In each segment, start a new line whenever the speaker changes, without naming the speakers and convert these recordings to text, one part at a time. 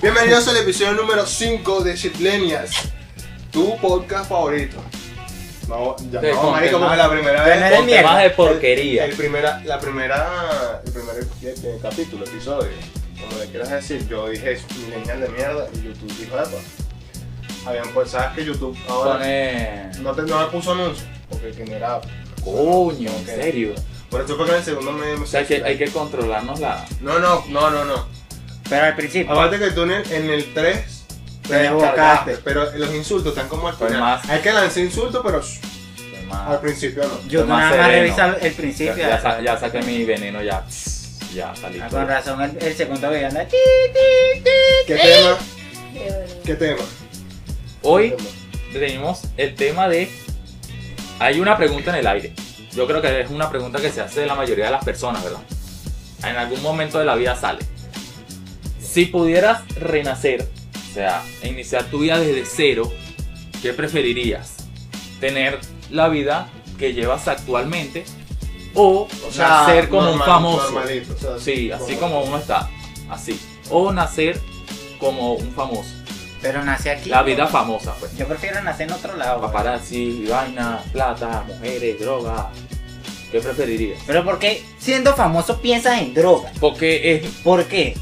Bienvenidos al episodio número 5 de Shitlenias, tu podcast favorito. No, ya,
De
no marico,
contenado.
porque la primera
De
vez.
nada.
Con temas de porquería.
El, el primera, la primera, el primer eh, eh, capítulo, episodio, como le quieras decir, yo dije milenial de mierda y YouTube dijo, epa. Habían pues, sabes que YouTube ahora
Pone.
no, te, no me puso anuncio, porque que no era.
Coño, en
Ok.
serio.
Por eso fue que en el segundo me. me
O sea, que hay que controlarnos la.
No, no, no, no, no.
Pero al principio.
Aparte que tú en el, en el 3 te
Te desbocaste.
desbocaste, pero los insultos están como al
Fue
final.
más. Ah.
Hay que lanzar insultos, pero shh,
Qué
al
mal.
principio no.
yo
Fue más
nada más
sereno.
revisar el
Ya,
principio.
ya sa- ya saqué mi veneno, ya. Ya salí.
Ah, Con razón, el, el segundo video anda.
¿Qué tema?
Qué bueno.
¿Qué tema?
Hoy tenemos el tema de. Hay una pregunta en el aire. Yo creo que es una pregunta que se hace la mayoría de las personas, ¿verdad? En algún momento de la vida sale. Si pudieras renacer, o sea, iniciar tu vida desde cero, ¿qué preferirías? ¿Tener la vida que llevas actualmente o, nacer como
normal,
un famoso?
normalito, o sea,
Sí, así como uno está, así. O nacer como un famoso.
Pero nací aquí.
La vida famosa, pues.
Yo prefiero nacer en otro lado. güey.
Paparazzi, vaina, plata, mujeres, droga. ¿Qué preferirías?
Pero ¿por qué siendo famoso piensas en droga?
Porque es-
¿Por qué?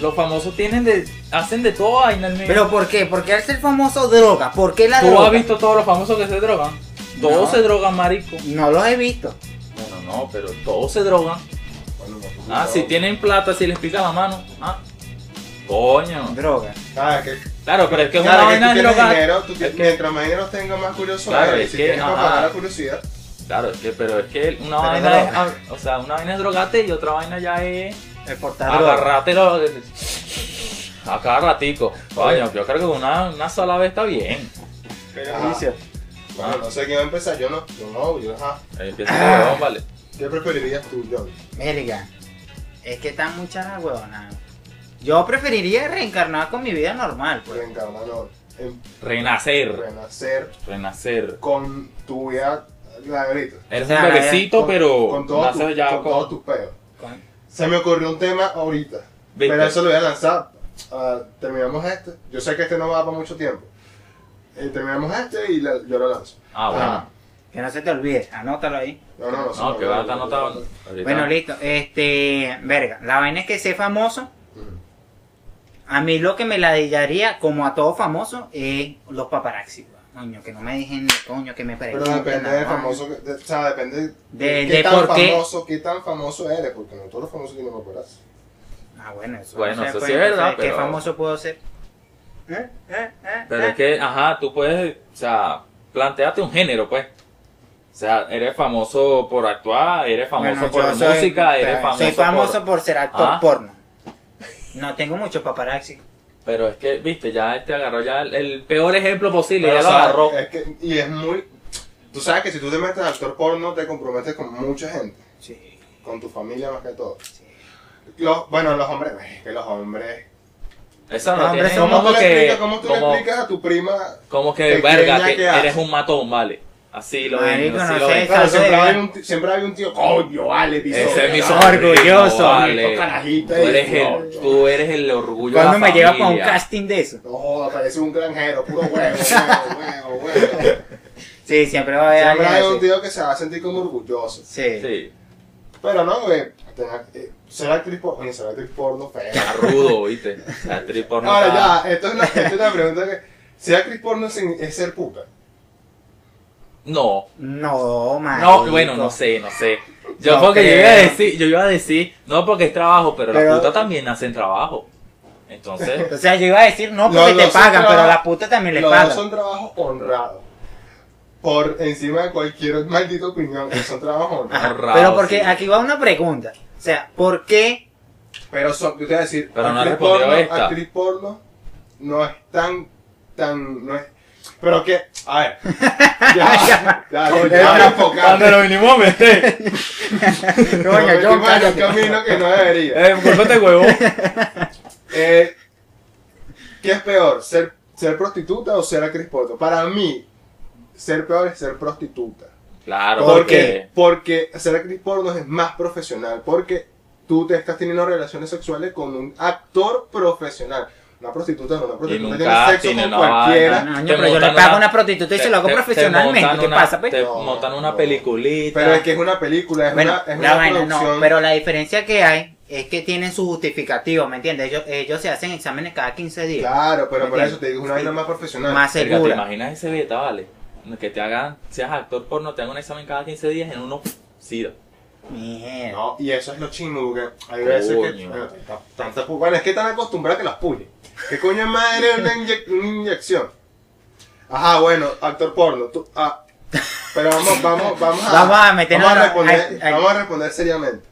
los famosos tienen de, hacen de todo vaina el
¿Pero por qué? ¿Por qué al ser famoso droga? ¿Por qué la
¿Tú
droga?
has visto todos los famosos que se drogan? Todos
No.
se drogan, marico.
No los he visto.
Bueno, no, pero todos se drogan.
Bueno, no,
Ah,
no.
si tienen plata, si les pica la mano. Ah, coño.
Droga.
Ah, que,
Claro, pero es que es
claro,
una
que tú
vaina de
tienes
droga.
dinero, tú tienes-
Es que-
mientras más dinero tengas, más curioso
Claro,
eres.
es
Si
que,
tienes que
ajá.
pagar la curiosidad,
Claro, es que- pero es que una
Pero
vaina es,
droga.
ah, o sea, una vaina es drogarte y otra vaina ya es
Exportar droga.
agarrátelo a cada ratico. Coño, yo creo que una, una sola vez está bien.
pero, ajá. Bueno, no sé quién va a empezar, yo no, yo no, yo ajá.
Ahí empieza el huevón, vale.
¿Qué preferirías tú, John?
Verga. Es que están muchas las huevonadas. Yo preferiría reencarnar con mi vida normal. pues.
Reencarnar, no, em-
Renacer.
renacer
Renacer.
con tu vida, la grita.
Eres
O sea, eh,
un bebecito,
con,
pero
con todo
naces
tu-
ya
con
con-
todos tus peos.
Con-
Se me ocurrió un tema ahorita,
¿Viste?
pero eso lo voy a lanzar. Ah, terminamos este. Yo sé que este no va para mucho tiempo. Eh, terminamos este y la- yo lo lanzo.
Ah, bueno.
Ajá.
Que no se te olvide. Anótalo ahí.
No, no, no. se
No,
me
que
olvidó.
va a estar anotado. ahorita.
Bueno, listo. Este. Verga. La vaina es que sé famoso. A mí lo que me ladillaría, como a todo famoso, es los paparazzi. weón. Coño, que no me dejen, coño, que me
Pero
pregunten.
depende del
la vaina.
famoso, que- de- o sea, depende
De-
qué
de
tan
por qué.
famoso, qué tan famoso eres, porque no todos los famosos tienen paparazzi.
Ah, bueno, eso,
Bueno,
no se
eso
puede
sí es verdad,
hacer. ¿Qué
pero-
famoso puedo ser? ¿Eh? ¿Eh? ¿Eh?
Pero
¿Eh?
es que, ajá, tú puedes, o sea, planteate un género, pues. O sea, eres famoso por actuar, eres famoso
Bueno,
por
yo
la
soy-
música, eres famoso,
Soy famoso por,
por...
ser actor
Ah.
porno. No tengo muchos paparazzi.
Pero es que, viste, ya te agarró ya el, el peor ejemplo posible, ya
Pero,
lo
o sea,
agarró.
Eh,
es que- y es muy. Tú sabes que si tú te metes a actor porno, te comprometes con mucha gente.
Sí.
Con tu familia más que todo. Los, bueno, los hombres, es que los hombres.
Eso
No,
Ah,
no,
hombre,
tiene
¿Cómo tú,
como
le
que,
explicas, cómo tú
como,
le explicas a tu prima?
como que,
pequeña
verga, que,
que hace?
eres un matón, vale. Así lo ven,
Marico,
así
no
lo
sé.
ven.
Claro,
Exacto,
siempre
de
hay,
verdad.
un tío, siempre hay un tío, coño, vale, piso.
Ese es mi
sobrino,
orgulloso,
orgulloso,
vale. Tú
carajita,
eres,
y-
el, tú eres el orgullo de
¿Cuándo
la
me lleva para un
familia.
casting de eso?
No joda, parece un granjero, puro huevo, huevo, huevo, huevo.
Sí, siempre va a haber
Siempre hay
alguien
un
así.
tío que se va a sentir como orgulloso.
Sí.
Sí,
Pero no, güey, tener- eh, ser actriz porno, oye, ser actriz porno, fea.
rudo, viste. La actriz porno está-
Ahora ya, esto es una, esto es una pregunta que, ser actriz porno es, es ser puta.
No,
No, man.
no, bueno, no sé, no sé. Yo
No
porque yo iba a
creo.
decir, yo iba a decir, no porque es trabajo, pero,
Pero-
las putas también hacen trabajo. Entonces,
O sea, yo iba a decir no porque
Los
te
dos son
pagan, pero
traba-
a la puta también le
Los
pagan.
dos son trabajos honrados. Por encima de cualquier maldita opinión, son trabajos honrados.
Ajá,
honrados,
Pero porque
sí.
aquí va una pregunta. O sea, ¿por qué?
Pero son, yo te voy a decir,
Pero no ha
actriz,
respondido
porno,
esta.
actriz porno no es tan, tan, no es, pero que, a ver, ya, ya, ya, ya, enfocando.
lo vinimos a meter,
Coño, yo,
yo camino que no
Eh.
debería.
te huevo.
Eh, ¿Qué es peor, ser, ser prostituta o ser actriz porno? Para mí, ser peor es ser prostituta.
Claro,
¿Por
porque
qué?
Porque ser actriz porno es más profesional, porque tú te estás teniendo relaciones sexuales con un actor profesional. Una prostituta no, una prostituta
nunca
tiene sexo
tiene
con
una vaina.
cualquiera.
No,
Te
ño, pero yo le
montan
pago a
una-
una prostituta y se lo hago
Te- te
profesionalmente.
montan
¿Qué
una-
pasa, pues?
Te
No,
montan una
no.
peliculita.
Pero es que es una película, es
Bueno,
una, es
la
una
vaina, no,
producción.
pero la diferencia que hay es que tienen su justificativo, ¿me entiendes? Ellos, ellos se hacen exámenes cada 15 días.
Claro, pero
¿Me
por eso
entiendes?
te digo, es una vaina más profesional.
Más
Verga, ¿Te
segura.
imaginas ese beta, vale? Que te hagan, seas actor porno, te hagan un examen cada 15 días en uno SIDA.
Mierda.
No, y eso es lo chingo, porque hay veces que.
Coño.
bueno, tanta- tanta pu- bueno, es que están acostumbrados a que las puyen. ¿Qué coño es madre una, inye- una inyección? Ajá, bueno, actor porno. Tú, ah. Pero vamos, vamos, vamos a.
Vamos a meternos
vamos a
ahora-
responder,
a- a-
vamos a responder seriamente.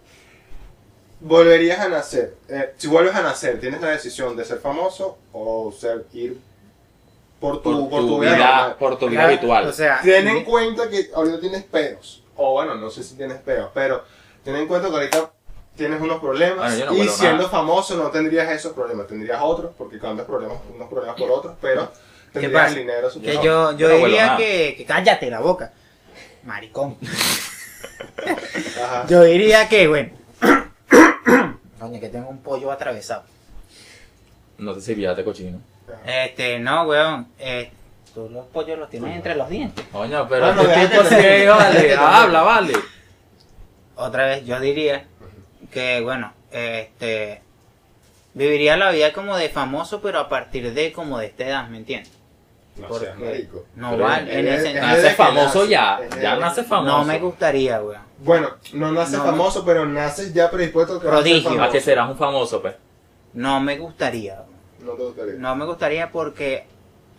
¿Volverías a nacer? Eh, si vuelves a nacer, ¿tienes la decisión de ser famoso o ser ir por tu, por tu vida? normal?
por tu vida habitual.
O sea,
Ten en cuenta que ahorita tienes pedos. O bueno, no sé si tienes pedos, pero ten en cuenta que ahorita tienes unos problemas.
Bueno, yo no
y
vuelvo
siendo
nada.
famoso no tendrías esos problemas, tendrías otros, porque cambias problemas, unos problemas por otros, pero tendrías
pasa?
el dinero
que
suficiente.
yo, yo
yo no huelo
diría
nada.
que, que cállate la boca, maricón.
Ajá.
Yo diría que, bueno, coño, que tengo un pollo atravesado.
No sé si pillaste cochino.
Este, no, weón, eh, tú los pollos los tienes entre los dientes.
Coño, pero
Bueno,
tú
déjate
tipo
terminar.
sí, vale,
Déjate
habla, vale.
Otra vez, yo diría que, bueno, este, viviría la vida como de famoso, pero a partir de como de esta edad, ¿me entiendes?
No
Porque
seas marico.
No
Pero
vale, en
es-
ese
es-
sentido.
Nace
desde que
famoso
nace,
ya,
es
ya
desde-
nace famoso.
No me gustaría, weón.
Bueno, no naces
No, no.
famoso, pero naces ya predispuesto a que vas a ser
Prodigio.
famoso.
¿A qué serás un famoso, pues?
No me gustaría, weón.
No te gustaría.
No me gustaría porque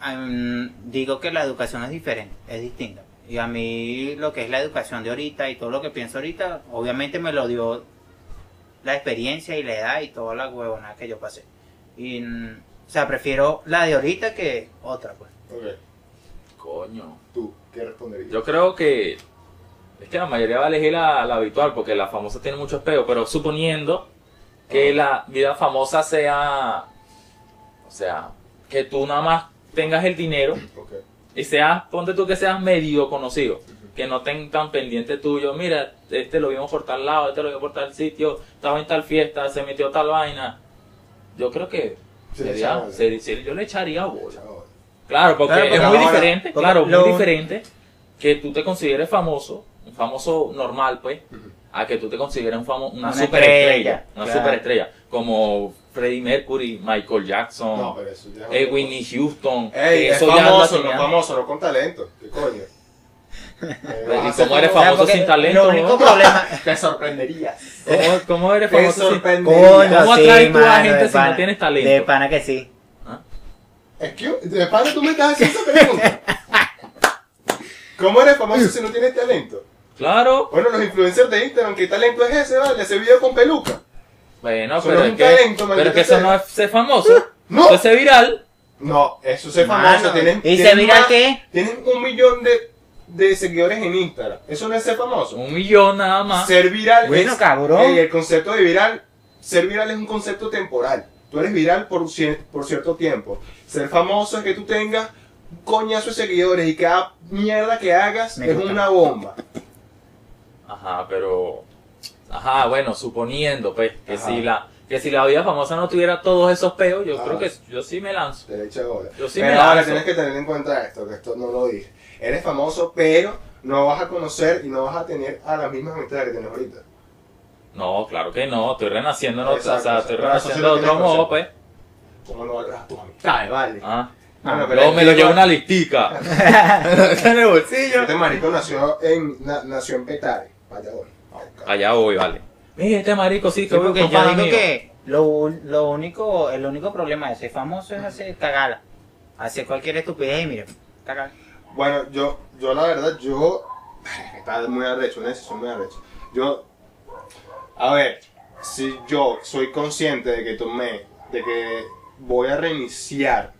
em, digo que la educación es diferente, es distinta. Y a mí lo que es la educación de ahorita y todo lo que pienso ahorita, obviamente me lo dio la experiencia y la edad y toda la huevonada que yo pasé. Y, mm, o sea, prefiero la de ahorita que otra, pues.
Ok,
Coño.
tú, ¿qué responderías?
Yo creo que. Es que la mayoría va a elegir la, la habitual, porque la famosa tiene muchos peos, pero suponiendo que la vida famosa sea. O sea, que tú nada más tengas el dinero
Ok.
y seas, ponte tú que seas medio conocido, que no estén tan pendiente tuyo, mira, este lo vimos por tal lado, este lo vimos por tal sitio, estaba en tal fiesta, se metió tal vaina. Yo creo que
Sí,
sería-
sí,
se- se- yo le echaría bola.
Chao.
Claro, porque
Claro,
es
porque
muy
ahora-
diferente,
porque
claro,
lo-
muy diferente que tú te consideres famoso, un famoso normal, pues,
Ujú.
a que tú te consideres un famo- una,
Una estrella,
superestrella, una
claro.
superestrella, como Freddie Mercury, Michael Jackson,
No, pero eso ya es
eh,
otra
Whitney Houston, eh,
Ey,
que
es
ya anda
famoso, no
señal.
famoso, no con talento. ¿Qué coño? Eh,
Pero, ¿y
hace
cómo eres
poco-
famoso
porque
sin talento,
Lo único
¿no?
problema.
Te sorprenderías.
¿Cómo, cómo eres
Te
famoso? sin-
sorprenderías.
Coño,
¿Cómo
sí,
atraes tú a
mano,
gente
de
si no
pana-
tienes talento?
De pana que sí.
Excuse- De padre, tú me estás haciendo esa pregunta. ¿Cómo eres famoso si no tienes talento?
Claro,
Bueno, los influencers de Instagram, ¿qué talento es ese, vale? Ese video con peluca.
bueno,
Solo
pero
es
es,
un
que,
talento,
pero es que
maldita
eso
sea.
no es ser famoso,
¡No!
eso es ser viral.
No, eso es ser
Mano,
famoso. Tienen,
¿y se
tienen
mira
más-
qué?
Tienen un millón de, de seguidores en Instagram. Eso no es ser famoso.
Un millón nada más.
Ser viral
Bueno,
es-
cabrón.
Ey, el concepto de viral, ser viral es un concepto temporal. Tú eres viral por, cier- por cierto tiempo. Ser famoso es que tú tengas un coñazo de seguidores y cada mierda que hagas
Me
es
gusta.
una bomba.
Ajá, pero. Ajá, bueno, suponiendo, pues, que
Ajá.
si la que si la vida famosa no tuviera todos esos peos, yo
Ajá.
creo que yo sí me lanzo.
Derecha bola.
Yo sí me
pero
lanzo.
ahora tienes que tener en cuenta esto, que esto no lo dije. Eres famoso, pero no vas a conocer y no vas a tener a las mismas amistades que tienes ahorita.
No, claro que no, estoy renaciendo, no, o
Exacto,
sea,
exacto.
estoy
Pero eso
renaciendo de
sí lo
otro
tienes
modo, pues.
consciente. ¿Cómo no valoras a tus amistades, vale?
Ah.
Bueno, pero
Luego
es
me
que
lo
yo-
llevo una listica. en el bolsillo.
Este marico nació en, na- nació en Petare, Valladolid.
Ah, Allá voy, vale. Mira, este marico sí que
Sí,
voy
porque
con
yo
pana
digo
mío.
que lo, un- lo único, el único problema de ser famoso es hacer cagada. Hacer cualquier estupidez y mire, cagada.
Bueno, yo, yo la verdad, yo. Está muy arrecho, una decisión muy arrecho. Yo. A ver, si yo soy consciente de que tomé, de que voy a reiniciar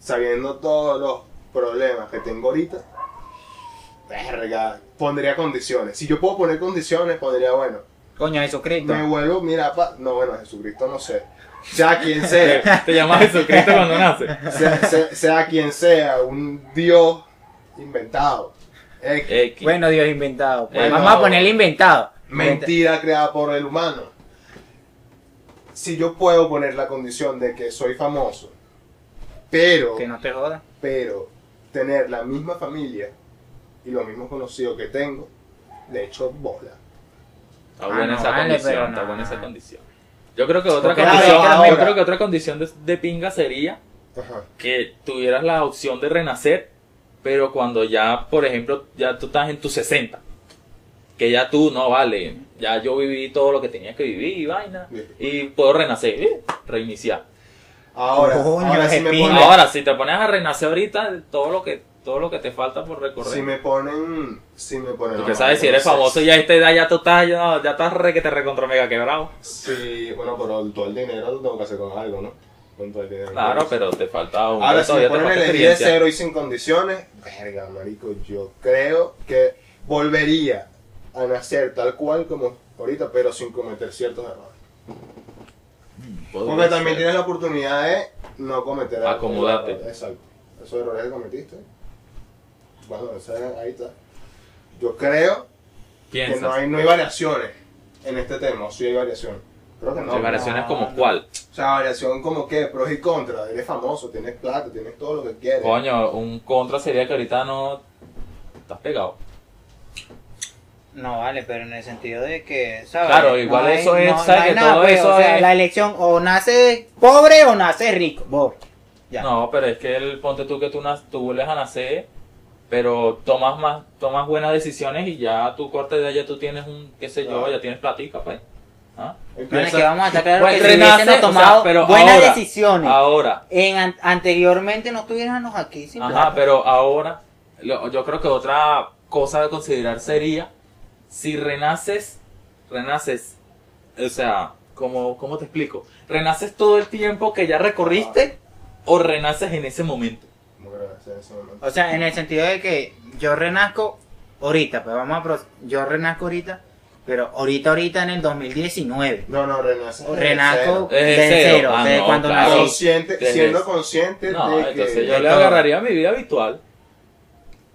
sabiendo todos los problemas que tengo ahorita, verga, pondría condiciones. Si yo puedo poner condiciones, pondría, bueno,
Coño, Jesucristo.
me vuelvo, mira, pa- no, bueno, Jesucristo no sé. Sea quien sea.
Te, te llamas Jesucristo cuando naces.
sea, sea- sea quien sea, un dios inventado. X.
X.
Bueno, Dios inventado. pues.
Eh,
Vamos a
no.
ponerle inventado.
mentira creada por el humano. Si yo puedo poner la condición de que soy famoso Pero,
Que no te joda.
pero, tener la misma familia y los mismos conocidos que tengo, le echo bola.
Está
Ah,
buena
no
esa
vale,
condición,
pero
está
no.
buena esa condición. Yo creo que otra
Porque
condición,
nadie queda
yo
ahora.
creo que otra condición de, de pinga sería
Ajá.
que tuvieras la opción de renacer, pero cuando ya, por ejemplo, ya tú estás en tus 60, que ya tú no vale, ya yo viví todo lo que tenía que vivir y vaina,
Bien.
y puedo renacer, eh, reiniciar.
Ahora,
Coño,
ahora si me
Pepín.
ponen,
Ahora, si te pones a renacer ahorita, todo lo que todo lo que te falta por recorrer.
si me ponen, si me ponen.
Tú que
no,
sabes, si
no
eres
sé.
famoso ya a esta edad ya tú estás, ya, ya estás re que te recontra mega quebrado.
Sí, bueno, pero todo el dinero lo tengo que hacer con algo, ¿no? Con todo el dinero.
Claro, pero te falta un
Ahora, si
todavía
me
te
ponen
falta
el día
experiencia.
cero y sin condiciones, verga, marico, yo creo que volvería a nacer tal cual como ahorita, pero sin cometer ciertos errores. Porque
Podría
también
ser.
tienes la oportunidad de no cometer
Acomodarte.
errores. Exacto. Esos errores que cometiste. Bueno, o sea, ahí está. Yo creo que no
Piensas.
hay, no hay variaciones en este tema, o sí hay variaciones. Creo que no.
Hay variaciones
no,
como
no.
cuál.
O sea, variación como que pros y contras. Eres famoso, tienes plata, tienes todo lo que quieres.
Coño, un contra sería que ahorita no estás pegado.
No vale, pero en el sentido de que, ¿sabes?
Claro,
No
igual
hay-
eso es,
no- no
¿sabes?
hay
que
nada,
todo
pues,
eso
o sea,
es-
la elección o nace pobre o nace rico. Pobre. Ya.
No, pero es que el ponte tú que tú, nas- tú vuelves a nacer, pero tomas más, tomas buenas decisiones y ya a tu corta edad ya tú tienes un, qué sé yo,
Ah.
ya tienes platica, pues. ¿Ah?
Bueno,
Empieza-
es que vamos a estar claros
Pues
que si
renace,
hubiésemos
o sea,
tomado
pero
buenas
ahora,
decisiones,
Ahora,
en an- anteriormente no estuviéramos aquí sin
ajá,
plata.
pero ahora, lo- yo creo que otra cosa de considerar sería si renaces, renaces, o sea, como, ¿cómo te explico? ¿Renaces todo el tiempo que ya recorriste o renaces en ese momento?
Muy agradecido en ese momento.
O sea, en el sentido de que yo renazco ahorita, pues vamos a pro- yo renazco ahorita, pero ahorita ahorita en el 2019.
No, no, renace.
O Renazco
Desde
desde
cero.
cero,
Ah,
desde
no,
cuando
claro.
nací.
Consciente,
Desde-
siendo consciente
No,
de
entonces
que
yo le
todo.
agarraría mi vida habitual.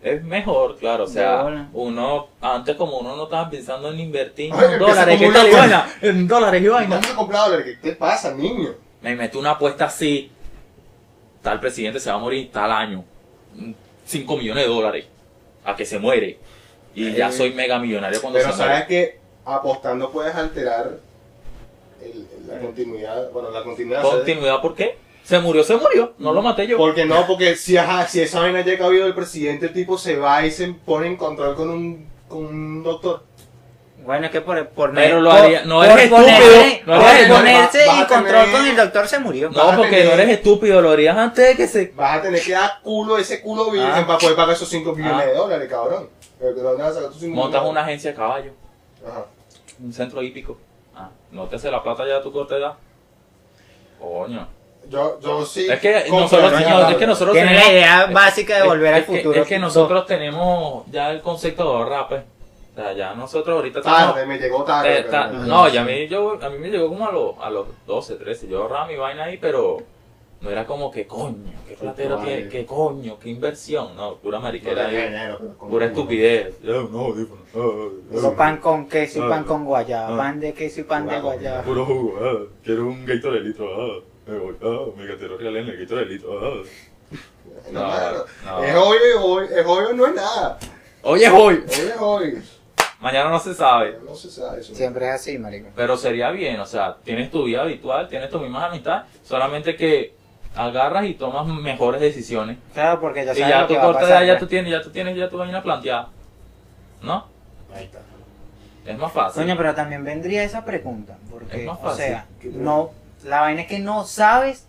Es mejor, claro, o
De
sea,
bola.
uno, antes como uno no estaba pensando en invertir
Ay,
en
empieza
dólares,
como
¿qué
una
tal y
buena.
vaina? En dólares y vaina.
¿Cómo se compra dólares? ¿Qué te pasa, niño?
Me meto una apuesta así, tal presidente se va a morir tal año, 5 millones de dólares, a que se muere. Y ya
Eh,
soy mega millonario cuando
Pero
se muere.
sabes que apostando puedes alterar el- el- la continuidad. Bueno, la continuidad. o sea,
¿Continuidad por qué? Se murió, se murió, no lo maté yo.
Porque no, porque si, ajá, si esa vaina llega a oído del presidente, el tipo se va y se pone en control con un, con un doctor.
Bueno, es que por, por
Pero
ne-
lo
por-
haría- no
por
eres
ponerse-
estúpido, no
por
eres-
ponerse
vas a
en control
tener-
con el doctor se murió.
vas
No,
a
porque
tener-
no eres estúpido, lo harías antes de que se...
Vas a tener que dar culo ese culo virgen
Ah.
para poder pagar esos 5 millones
Ah.
de dólares, cabrón. Pero ¿de dónde vas a sacar tus 5
Montas una
millones?
agencia de caballo.
Ajá.
un centro hípico. Ah, no te hace la plata ya a tu corta edad. Coño.
Yo, yo sí.
Es que
compro
nosotros,
el
señor,
regalo.
es que nosotros
Tiene la
tenemos.
idea básica de
es- es
volver al
que-
futuro.
Es que nosotros tenemos ya el concepto de ahorrar, pues. O sea, ya nosotros ahorita estamos.
Tarde, me llegó
eh,
tarde. pero-
ta- no, ya a mí, yo, a mí me llegó como a, los a los 12, 13. Yo ahorraba mi vaina ahí, pero no era como que coño, qué platero,
vale.
qué, qué coño, qué inversión. No, pura
No
mariquera,
tenía
ahí,
dinero, pero con-
pura estupidez. Yo, no, audífono, ah, ah,
Eso pan con queso y pan con guayaba,
Ah.
pan de queso y pan de
Guau.
guayaba.
Puro jugo, ah, quiero un gator de litro, ah, me voy, ah, me gatero real en el gator de litro, ah.
No,
No,
claro.
no.
Es obvio, es obvio, es obvio, no es nada.
Hoy es hoy.
Hoy es hoy.
Mañana no se sabe.
No se sabe eso.
Siempre es así, marico.
Pero sería bien, o sea, tienes tu vida habitual, tienes tus mismas amistades, solamente que agarras y tomas mejores decisiones.
Claro, porque ya
y
sabes
ya
lo
tu
que va a
corta
pasar.
edad ya
pues.
tú tienes, ya tú tienes ya tu vaina planteada. ¿No?
Ahí está.
Es más fácil.
Coño, pero también vendría esa pregunta,
Es
porque,
más
o
fácil.
sea, no, la vaina es que no sabes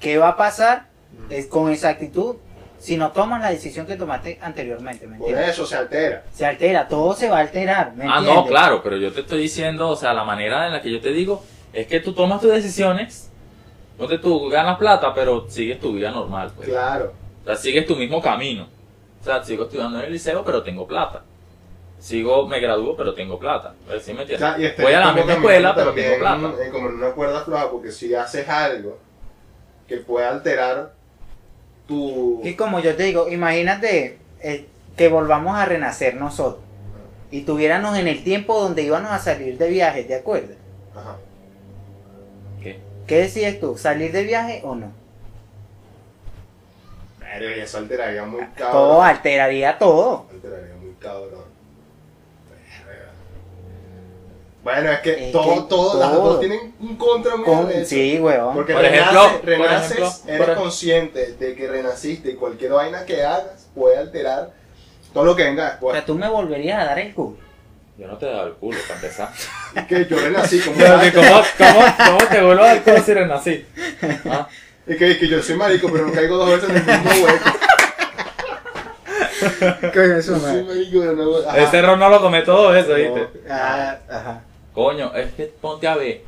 qué va a pasar
Mm.
es con exactitud si no tomas la decisión que tomaste anteriormente, ¿me
Mm. Por
entiendes?
eso se altera.
Se altera, todo se va a alterar, ¿me
ah,
entiendes?
no, claro, pero yo te estoy diciendo, o sea, la manera en la que yo te digo es que tú tomas tus decisiones, donde tú ganas plata, pero sigues tu vida normal. Pues.
Claro.
O sea, sigues tu mismo camino. O sea, sigo estudiando en el liceo, pero tengo plata. Sigo, me gradúo, pero tengo plata. A ver si me entiendes?
Ya, y este
Voy a la
como
misma
caminando
escuela, pero
también,
tengo plata.
eh, como en una cuerda floja, porque si haces algo que pueda alterar tu.
Y como yo te digo, imagínate eh, que volvamos a renacer nosotros y tuviéramos en el tiempo donde íbamos a salir de viaje, ¿te acuerdas?
Ajá.
¿Qué?
¿Qué decías tú? ¿Salir de viaje o no?
Pero eso alteraría muy cabrón.
Ah, Todo alteraría todo.
Alteraría muy cabrón. Verga. Bueno, es que,
Es
todo,
que
todo, las
todo.
dos tienen un contra muy
Con-
arrecho.
sí, weón.
Porque
Por
renaces,
ejemplo, por
renaces,
ejemplo,
eres
por ej-
consciente de que renaciste y cualquier vaina que hagas puede alterar todo lo que venga
O
después.
sea, tú me volverías a dar el culo.
Yo no te he dado el culo para empezar.
que yo renací como
Pero que ¿cómo, cómo, ¿Cómo te vuelvo a dar culo si renací? ¿Ah?
Y que, y que yo soy marico, pero no caigo dos veces en el mismo hueco.
Coño, eso, Oh,
Yo soy marico, pero no- ajá.
Ese error no lo comé todo eso, ¿viste?
Ah, ajá.
Coño, es que ponte a ver.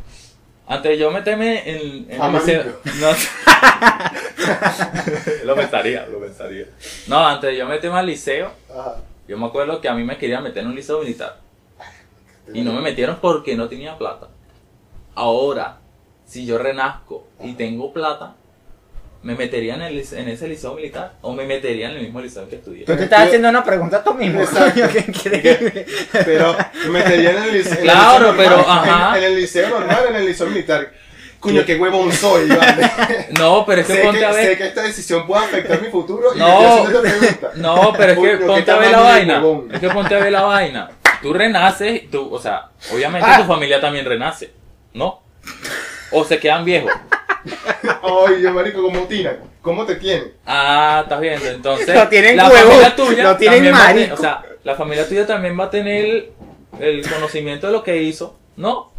Antes de yo meterme en. en
Amarillo.
no sé. lo pensaría, lo pensaría. No, antes de yo meterme al liceo,
Ajá.
yo me acuerdo que a mí me querían meter en un liceo militar. Y no me metieron porque no tenía plata. Ahora, si yo renazco y tengo plata, ¿me metería en, el, lice- en ese liceo militar? ¿O me metería en el mismo liceo que estudié?
Tú
Pero
te estás
que-
haciendo una pregunta tú mismo.
Exacto.
Coño, qué increíble.
Pero me metería en el liceo. en el
Claro,
liceo
pero,
normal,
ajá.
En, en el liceo normal, en el liceo militar. Coño, qué huevón soy, vale.
No, pero es que
sé,
Este ponte a
que, sé
ver.
que esta decisión puede afectar mi futuro y
No.
me estoy haciendo esta pregunta.
No, pero es
Coño,
que
qué
ponte a ver
tamaño
la
de
vaina.
huevón.
Es que ponte a ver la vaina. Tú renaces, tú, o sea, obviamente tu familia también renace, ¿no? O se quedan viejos.
Ay, yo marico, ¿cómo tina? ¿Cómo te tiene?
Ah, estás viendo, entonces.
No tienen
la
huevo,
familia tuya
no tienen
también va a tener-
marico.
O sea, la familia tuya también va a tener el, el conocimiento de lo que hizo, ¿no?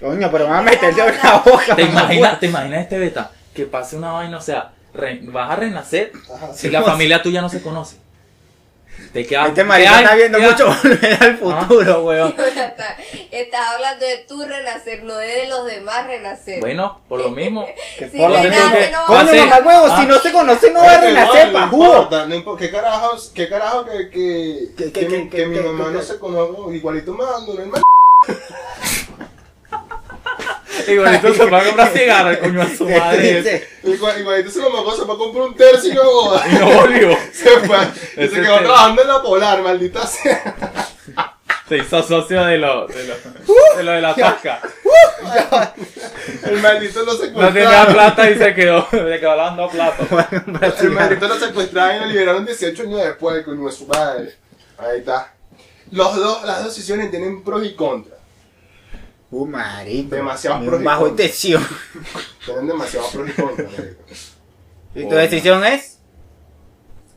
Coño, pero van a meterte en la boca.
¿Te
mamá,
imaginas, te imaginas este beta? Que pase una vaina, o sea, re- vas a renacer
Ajá,
si la familia tuya no se conoce. Te quedas.
Este marido
quedas-
está viendo
quedas-
mucho volver al futuro, weón.
Estás hablando de tu renacer, no de los demás renacer.
Bueno, por lo mismo.
Que
Sí,
por lo
yo
menos-
creo que-
no
Coño,
Pase.
mamá, huevo,
Ah.
si no se conoce no va a
Ay,
renacer,
no
pa' jugo.
importa, no importa. ¿Qué carajo, qué carajo que, que,
Que-
que,
que-
mi,
que-
que mi
que-
mamá
que-
no se conoce? Igualito me abandonó el mal.
Igualito se va a comprar cigarro, el coño a su
Este
madre. este.
Dice,
Igual, igualito se lo mamó, se fue a comprar un tercio y no joda.
Y no volvió.
Se fue. y
Ese
se quedó
te-
trabajando en la polar, maldita sea.
Se hizo socio de lo de, lo, de, lo de la tasca.
Pues
El maldito lo
No tenía
secuestraron.
plata y se quedó, se quedó lavando platos.
el maldito lo secuestraron y lo liberaron 18 años después, coño de su madre. Ahí está. Los dos, las dos sesiones tienen pros y contras.
Uh, marico.
Demasiados
Muy
pros y
Bajo
contras.
tensión.
Tienen demasiados pros y contras, marico.
¿Y tu
Coño.
decisión es?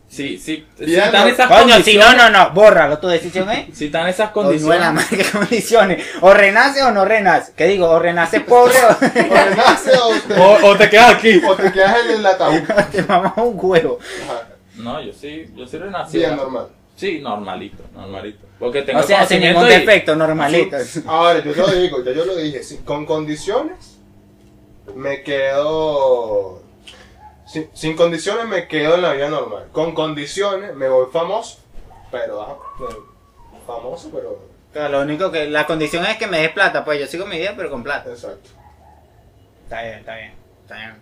Sí, sí, si
Bien,
están
¿no?
esas
Coño, si
condiciones.
no, no, no, bórralo. ¿Tu decisión es?
Si están esas
Condiciones. la
condiciones.
madre, ¿qué condiciones? O renace o no renace. ¿Qué digo? O renace pobre o
O renace o te,
O, o te quedas aquí.
o te quedas en el ataúd.
te mamas un huevo.
Ajá.
No, yo sí, yo sí renací.
Bien,
¿verdad?
normal.
Sí, normalito, normalito. Porque tengo
O sea, sin
conocimiento
ningún
y-
defecto, normalito.
Ahora, yo te lo digo, ya yo lo dije, si- con condiciones me quedo... Sin, sin condiciones me quedo en la vida normal. Con condiciones me voy famoso, pero... ah, eh, famoso, pero...
Claro, lo único que la condición es que me des plata, pues yo sigo mi vida pero con plata.
Exacto.
Está bien, está bien, está bien.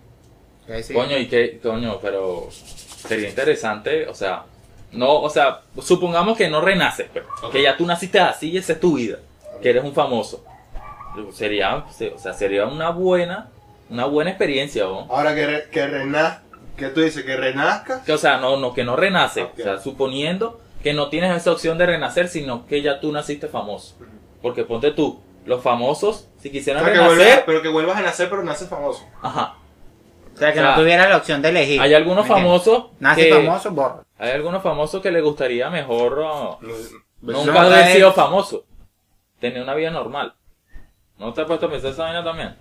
Sí, sí.
Coño, y qué, coño, pero sería interesante, o sea, no, o sea, supongamos que no renaces, pero que ya tú naciste así y esa es tu vida, que eres un famoso. Sería, se- o sea, sería una buena, una buena experiencia, ¿no?
Ahora que, re- que renazca, que tú dices que renazca,
Que, o sea, no, no, que no renaces,
Ok.
o sea, suponiendo que no tienes esa opción de renacer, sino que ya tú naciste famoso. Porque ponte tú, los famosos, si quisieran
pero que, vuelvas,
renacer,
pero que vuelvas a nacer, pero naces famoso.
ajá,
O sea, que
o sea,
no tuviera la opción de elegir.
hay algunos
¿Me entiendes?
famosos
Nace
que,
famoso, borra.
hay algunos famosos que les gustaría mejor oh,
Pues
Nunca
no,
haber
es-
sido famoso. Tener una vida normal. ¿No te has puesto a pensar esa vaina también?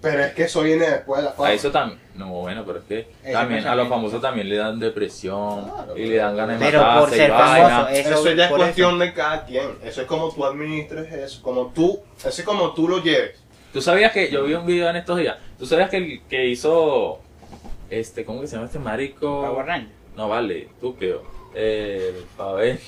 Pero es que eso viene después de la fama.
A eso también. No, bueno, pero es que
Ese
también a los
pensamiento.
famosos también le dan depresión
Claro,
y le dan ganas de
Pero por
matarse y
ser famoso,
vaina.
eso,
Eso, ya es
por
cuestión de cada quien. Eso es como tú administres eso, como tú, eso es como tú lo lleves.
Tú sabías que yo vi un video en estos días. Tú sabías que el que hizo este, ¿cómo que se llama este marico?
eso. Power Ranger.
No vale, estúpido. Eh, a ver.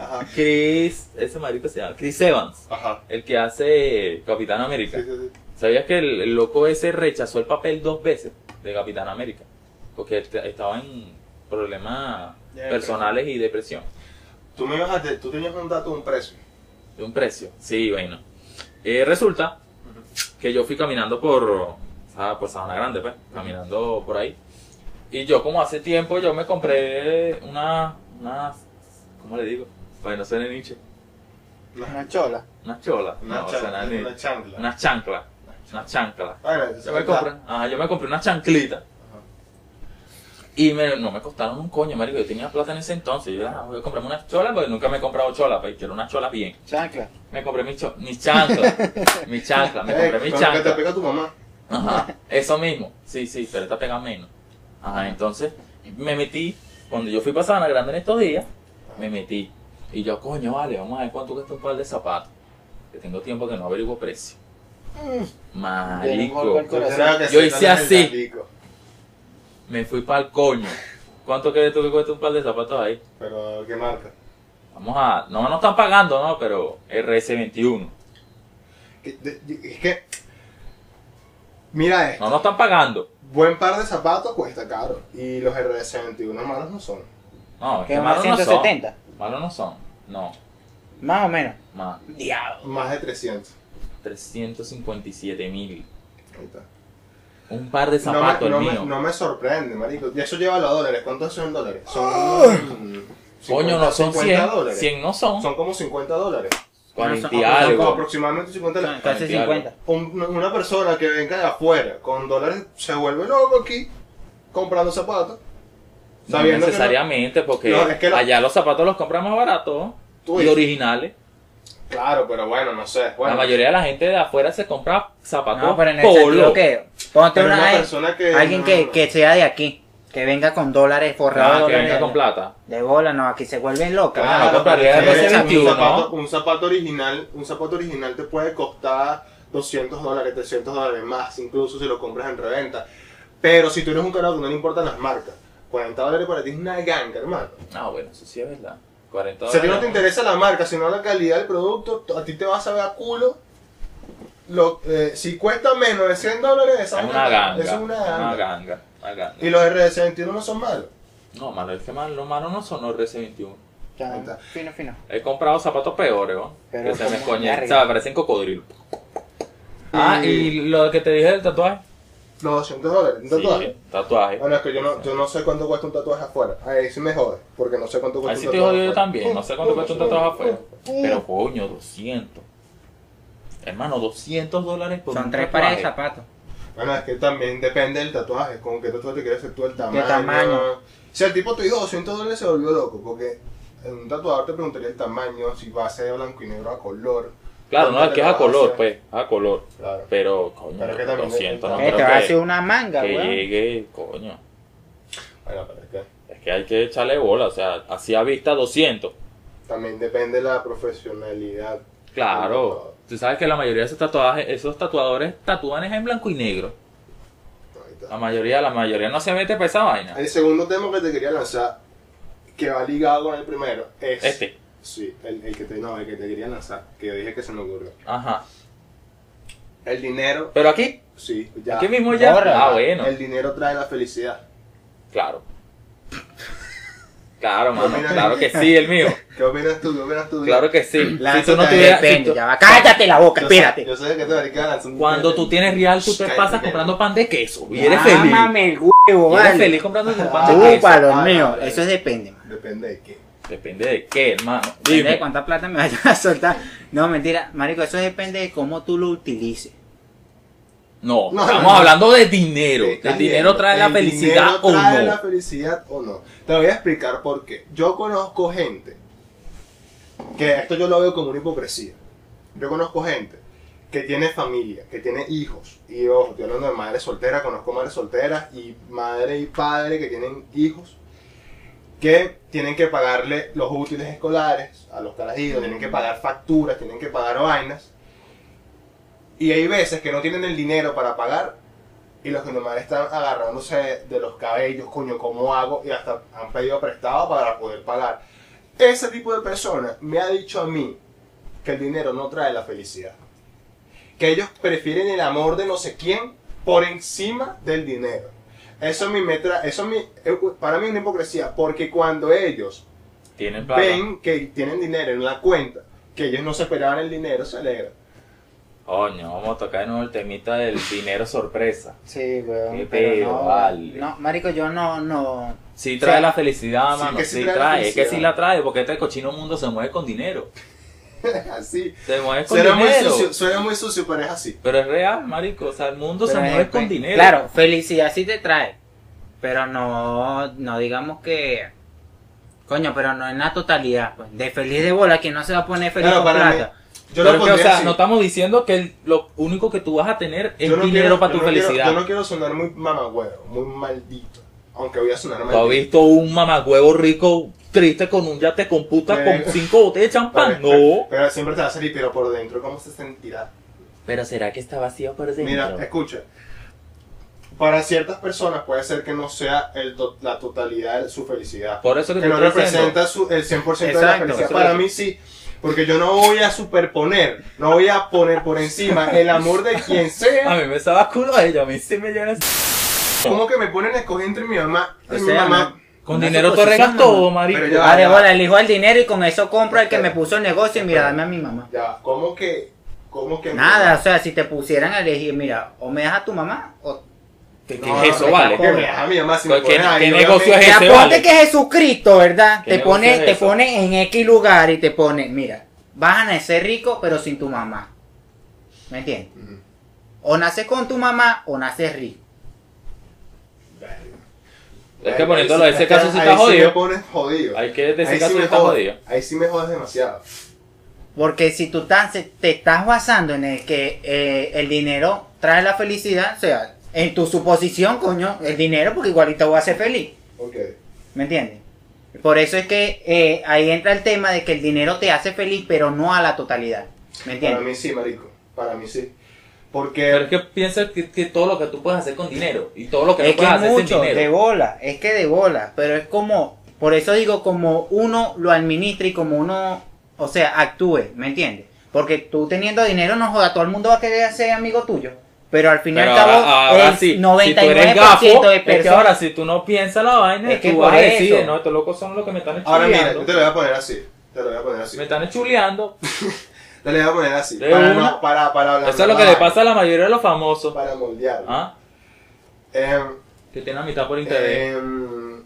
Ajá.
Chris, ese marico se llama Chris Evans,
Ajá.
el que hace Capitán América.
Sí, sí, sí.
¿Sabías que el, el loco ese rechazó el papel dos veces de Capitán América? Porque est- estaba en problemas
De
personales y depresión.
Tú me ibas a te- tú tenías un dato, un precio.
De un precio. Sí, bueno. Eh, resulta que yo fui caminando por, ah, por Sabana Grande, pues, caminando por ahí. Y yo como hace tiempo yo me compré una, una ¿cómo le digo? Para que no suene Nietzsche.
Una chola.
Una chola.
Una,
no,
chan-
suena Nietzsche.
una chancla.
Una chancla. Una chancla.
Bueno, eso
Yo me
es
compré,
verdad.
ajá, yo me compré una chanclita. Y me, no me costaron un coño, marico. Yo tenía plata en ese entonces. Yo ah, voy a comprarme una chola, porque nunca me he comprado chola, pero quiero una chola bien.
Chancla.
Me compré mi, cho- mi chancla. mi chancla, me
Eh,
compré mi
con lo que te
chancla.
pega tu mamá.
Ajá, eso mismo. Sí, sí, pero esta pega menos. Ajá, entonces me metí, cuando yo fui para Sabana Grande en estos días, me metí. Y yo, coño, vale, vamos a ver cuánto cuesta un par de zapatos. Que tengo tiempo que no averiguo precio.
Viene un golpe
Marico.
al corazón.
Creo que
Yo
sí,
hice
no es el
así.
tantico.
Me fui para el coño. ¿Cuánto crees tú que cuesta un par de zapatos ahí?
Pero, ¿qué marca?
Vamos a. No nos están pagando, ¿no? Pero RS21.
Que- de- de- Es que. Mira esto.
No nos están pagando.
Buen par de zapatos cuesta caro. Y los RDC 21 malos no son.
No, es
Que
que
más
malos no son.
170.
Malos no son. No,
Más o menos.
más.
Más de 300.
357 mil.
Ahí está.
Un par de
No me,
zapatos,
no,
el
me,
mío.
no me sorprende, marico. Y eso lleva a los dólares. ¿Cuántos son dólares? Son. mm,
Coño,
50,
no son
50
100.
dólares.
100 no son.
Son como 50 dólares.
40
Son
y
Son como
algo.
aproximadamente 50 dólares.
Casi
Mentira,
50.
Un- una persona que venga de afuera con dólares se vuelve loco aquí comprando zapatos.
No
sabiendo que
necesariamente, porque
No, es que no.
allá los zapatos los compran más baratos
Tú
y
dices.
originales.
no- Claro, pero bueno, no sé. Bueno,
La mayoría de la gente de afuera se compra zapatos
No, pero en el
polo. Ah,
sentido que ponte
Pero
una,
una persona que-
alguien que,
Eh, no.
que sea de aquí, que venga con dólares forrados,
Ah, que
dólares
venga
de-
con plata. Ah,
de bola, no, aquí se vuelven locas.
Claro, no compraría
porque
de
un
RC21,
zapato- Un zapato original, un zapato original te puede costar 200 dólares, 300 dólares más, incluso si lo compras en reventa. Pero si tú eres un carajo que no le importan las marcas, 40 dólares para ti es una ganga, hermano.
Ah, bueno, eso sí es verdad. 40
Si a ti no te
dólares.
interesa la marca, sino la calidad del producto, a ti te vas a ver a culo. Lo, eh, si cuesta menos de 100 dólares, esa
Es una ganga.
Es una ganga.
Una ganga. una ganga.
Y los RS21 no son malos.
No, mano, es que man, los manos no son los RC21.
Ya,
Ahí está.
Fino, fino.
He comprado zapatos peores, ¿no?
Pero
que se me
como
coñen.
arriba.
O sea, parecen cocodrilo. Ah,
Y-
y lo que te dije del tatuaje.
Los 200 dólares, un tatuaje. Ah,
Sí, tatuaje.
Bueno, es que yo no, yo no sé cuánto cuesta un tatuaje afuera. Ahí sí me jode, porque no sé cuánto
Ahí
cuesta
sí
un
te
tatuaje
jodido yo
afuera.
también. No sé cuánto cuesta un tatuaje afuera. Pero coño, 200. Hermano, 200 dólares por
Son
un
tres pares de
tatuaje.
zapatos.
Bueno, es que también depende del tatuaje, con qué tatuaje te quieres hacer tú el tamaño.
tamaño.
Si el tipo te dio 200 dólares se volvió loco, porque en un tatuador te preguntaría el tamaño, si va a ser blanco y negro a color.
Claro,
¿Dónde
no, es
te
que es
lo
a
vas
color,
hacer?
pues. es A color.
Claro.
Pero, coño,
Pero es que también
200
es-
no
Eh,
creo
te va a
que-
hacer una manga,
que
weón.
llegue, coño.
Bueno, pero es que
Es que hay que echarle bola, o sea, así a vista 200.
también depende de la profesionalidad.
Claro. Tú sabes que la mayoría de esos tatuajes, esos tatuadores tatúan es en blanco y negro.
Ahí
La
está.
mayoría, la mayoría no se mete para esa vaina.
El segundo tema que te quería lanzar, que va ligado con el primero, es...
Este.
Sí, el, el que te, no, el que te quería lanzar, que yo dije que se me ocurrió.
Ajá.
El dinero,
Pero aquí,
sí, ya.
aquí mismo ya.
Borra.
Ah, bueno.
El dinero trae la felicidad.
Claro. Claro, mano.
Mira.
Claro que sí, el mío.
¿Qué opinas tú? ¿Qué opinas tú?
Claro que sí. Si tú
Lánzate
no
ahí,
tuvieras. si
Depende,
tú-
ya va. Cállate la boca,
Yo sé-
espérate.
Yo sé que te marica lanzó un-
Cuando tú tienes real, tú te
Cállate,
pasas
que-
comprando pan de queso. Y eres feliz.
Mámame el
Y
huevo,
eres feliz
vale.
comprando tu pan de queso.
Chúpalo,
Ah,
mío.
vale.
Eso es depende, man.
Depende de qué.
Depende de qué, hermano.
Depende de
Dime.
cuánta plata me vayas a soltar. No, mentira. Marico, eso depende de cómo tú lo utilices.
No,
No,
estamos
no.
hablando de dinero.
Está
El dinero
bien.
trae la
El
felicidad
dinero
o
trae
no.
la felicidad o no. Te voy a explicar por qué. Yo conozco gente que esto yo lo veo como una hipocresía. Yo conozco gente que tiene familia, que tiene hijos. Y ojo, estoy hablando de madres solteras, conozco madres solteras y madre y padre que tienen hijos que tienen que pagarle los útiles escolares a los carajitos, tienen que pagar facturas, tienen que pagar vainas. Y hay veces que no tienen el dinero para pagar y los que nomás están agarrándose de los cabellos, coño, ¿cómo hago? Y hasta han pedido prestado para poder pagar. Ese tipo de personas me ha dicho a mí que el dinero no trae la felicidad. Que ellos prefieren el amor de no sé quién por encima del dinero. Eso a mí me tra- eso a mí, eh, para mí es una hipocresía, porque cuando ellos
Tienen plata.
ven que tienen dinero en la cuenta, que ellos no se esperaban el dinero, se alegran.
Coño, vamos a tocar de nuevo el temita del dinero sorpresa.
Sí, weón.
Qué
pero
pedo,
no,
vale.
no, marico, yo no, no.
Sí trae
Sí.
la felicidad,
Sí,
mano.
que
Sí,
sí trae la
trae. Es que
felicidad.
sí la trae, porque este cochino mundo se mueve con dinero.
Así.
Se mueve con
Suena muy,
dinero.
sucio, suena muy sucio, pero es así.
Pero es real, marico. O sea, el mundo
Pero
se
es-
mueve con
pues,
dinero.
eh, Claro, felicidad sí te trae, pero no, no digamos que... Coño, pero no en la totalidad, pues. De feliz de bola, que no se va a poner feliz
Claro,
con
para mí.
plata.
Yo
Pero
lo
es que,
pondría
o sea,
así.
no estamos diciendo que el- lo único que tú vas a tener es
Yo no
dinero
quiero-
para
yo
tu
no quiero-
felicidad.
yo no quiero sonar muy mamagüero, muy maldito. Aunque voy a sonar
¿Tú has
maldito.
visto un mamagüevo rico triste con un yate con puta
Bueno.
con cinco botellas de champán?
Pero,
No.
pero siempre te va a salir, pero por dentro, ¿cómo se sentirá?
Pero será que está vacío por
Mira, escucha. Para ciertas personas puede ser que no sea el to- la totalidad de su felicidad.
Por eso que,
Que
te
no
estoy diciendo.
representa su- el 100% de la
Exacto,
felicidad.
eso
Para
es.
mí sí. Porque yo no voy a superponer, no voy a poner por encima el amor de quien sea.
A mí me estaba culo a ella, a mí sí me llena ese- Oh.
¿Cómo que me ponen a escoger entre mi mamá y
O
mi
sea,
mamá?
Con
Una
dinero te
suposición,
arreglas todo, marico.
Pero ya-
Ah, de bola, elijo el dinero y con eso compro el que me puso el negocio y mira,
Espera.
dame a mi mamá.
Ya, va, ¿cómo que? ¿Cómo que? mi
Nada, o
mamá?
sea, si te pusieran a elegir, mira, o me dejas a tu mamá o
¿Qué,
No,
qué es eso,
no,
vale? Pues,
que me deja mi mamá, si me
¿Qué-
ponen
qué-
ahí,
qué
obviamente-
negocio es
Te
Ese
aponte
vale.
que Jesucristo, ¿verdad?
¿Qué
Te
negocio
pone,
es
te
eso?
pone en X lugar y te pone, mira,
vas a nacer rico pero sin tu mamá. ¿Me entiendes?
Ujú.
O naces con tu mamá o naces rico.
Es que poniéndolo
Ahí
en este ese caso sí está
ahí me
jodido.
pones jodido.
Hay que decir
Ahí
caso
sí
sí
me
está
jode-
jodido.
Ahí sí me jodes demasiado.
Porque si tú estás- te estás basando en el que eh, el dinero trae la felicidad, o sea, en tu suposición, coño, el dinero, porque igualito voy a ser feliz.
Ok.
¿Me entiendes? Por eso es que eh, ahí entra el tema de que el dinero te hace feliz, pero no a la totalidad. ¿Me
Para
entiendes?
mí sí, marico. Para mí sí.
Pero es
Porque
que piensa que, que todo lo que tú puedes hacer con dinero y todo lo que
es
no
que
puedes
es
hacer
mucho,
sin
de
dinero.
bola, es que de bola, pero es como, por eso digo, como uno lo administra y como uno, o sea, actúe, ¿me entiendes? Porque tú teniendo dinero, no joda, todo el mundo va a querer ser amigo tuyo. Pero al fin y al
Pero
cabo,
ahora, ahora
el
sí, si tú
99%
eres gafo,
de
es que
personas...
ahora si tú no piensas la vaina,
Es que
tú
por
vas a decir,
eso.
no, estos locos son los que me están
ahora mira,
chuleando.
yo te lo voy a poner así. Te lo voy a poner así.
Me están chuleando.
Te lo voy a poner así.
De
Para,
una.
no, para, para hablar.
Eso es lo que le pasa a la mayoría de los famosos.
Para moldear.
¿Ah?
Em,
Que tienen la mitad por interés.
em,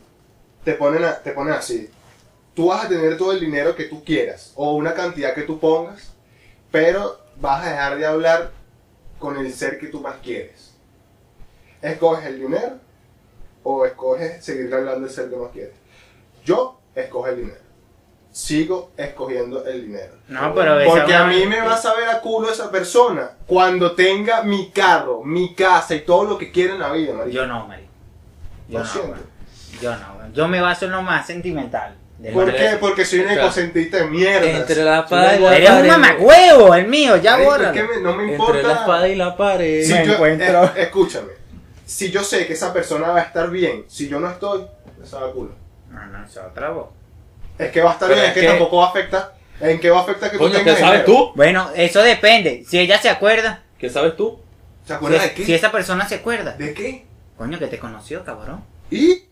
te, ponen a- te ponen así. Tú vas a tener todo el dinero que tú quieras o una cantidad que tú pongas, pero vas a dejar de hablar con el ser que tú más quieres. ¿Escoges el dinero o escoges seguir hablando del ser que más quieres? Yo escojo el dinero. Sigo escogiendo el dinero.
No, pero esa
Porque a
vaina-
mí me va a saber a culo esa persona cuando tenga mi carro, mi casa y todo lo que quiera en la vida, marico.
Yo no, marico. Yo
Lo
no,
siento.
weón. Yo no, weón. Yo me baso en lo más sentimental. De
¿Por
Entre-
qué? Porque soy un
Claro.
egocentrista de mierda.
Entre la
Soy una
pala y la
gorda.
Eres un
Marico.
mamagüevo, el mío, ya
Marico, es
bórralo.
que me- no me
Entre la espada
importa.
y la pared.
Si
Me
yo-
encuentro.
eh, escúchame. Si yo sé que esa persona va a estar bien, si yo no estoy, me sabe a culo.
No, no, se trabó.
Es que va a estar
Pero
bien,
es
es que,
que-
tampoco va a afectar. ¿En qué va a afectar que tú
Coño, ¿qué
tengas
sabes
dinero?
tú?
Bueno, eso depende. Si ella se acuerda.
¿Qué sabes tú?
¿Se
Si,
acuerdas de qué?
si esa persona se acuerda.
¿De qué?
Coño, que te conoció, cabrón.
¿Y?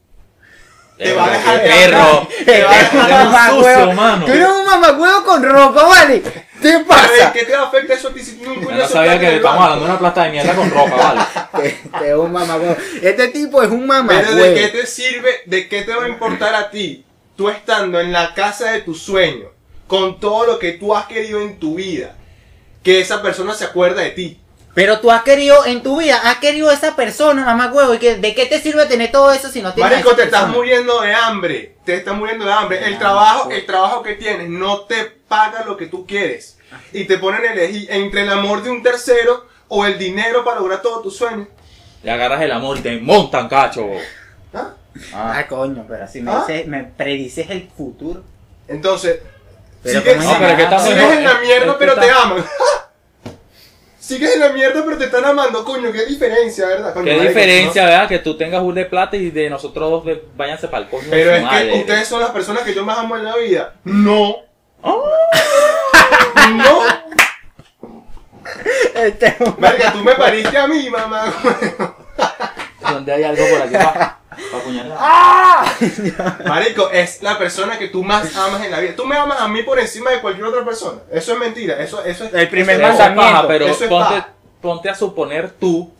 Te va a dejar
Qué
de
Eh, perro.
hablar. Te va a dejar de
Eres
mamá,
un sucio,
huevo.
mano.
tú eres un mamagüevo con ropa, ¿vale? ¿Qué
¿Sabes
pasa?
¿Qué te afecta eso a ti si tú un
Yo
coño
no
eso
sabía
está
que
en
le
el
estamos
banco?
hablando una plata de mierda con ropa, vale.
Este es un mamagüevo. Este tipo es un
Pero de qué
mamagüevo.
te sirve, de qué te va a importar a ti, tú estando en la casa de tu sueño, con todo lo que tú has querido en tu vida, que esa persona se acuerda de ti.
Pero tú has querido en tu vida, has querido a esa persona, mamagüevo. ¿Y que, de qué te sirve tener todo eso si no tienes a
Marico,
esa
te estás
persona?
muriendo de hambre, te estás muriendo de hambre. El trabajo, el trabajo que tienes no te paga lo que tú quieres y te ponen a elegir entre el amor de un tercero o el dinero para lograr todos tus sueños.
Le agarras el amor y te montan, cacho.
¿Ah?
Ah.
Ah, coño, pero si me,
¿Ah?
dices- me predices el futuro.
Entonces,
Pero
sigues-
¿cómo
No, pero que estás
Sigues en la mierda,
Tú
pero te
estás-
aman. Sigues en la mierda, pero te están amando, coño. Qué diferencia, ¿verdad? Coño,
Qué
marico,
diferencia,
¿no?
¿verdad? Que tú tengas un de plata y de nosotros dos de- váyanse para el coño.
Pero
de
es
su
que
madre.
ustedes son las personas que yo más amo en la vida. No. No.
Este es un-
Verga, tú me pariste a mí, mamá.
Donde hay algo por aquí. pa? Para apuñalar.
Ah, Marico, es la persona que tú más amas en la vida. Tú me amas a mí por encima de cualquier otra persona. Eso es mentira. Eso, eso es.
El primer
eso es-
Eso es
mandamiento.
paja, pero
Eso es
ponte,
paja.
ponte a suponer tú.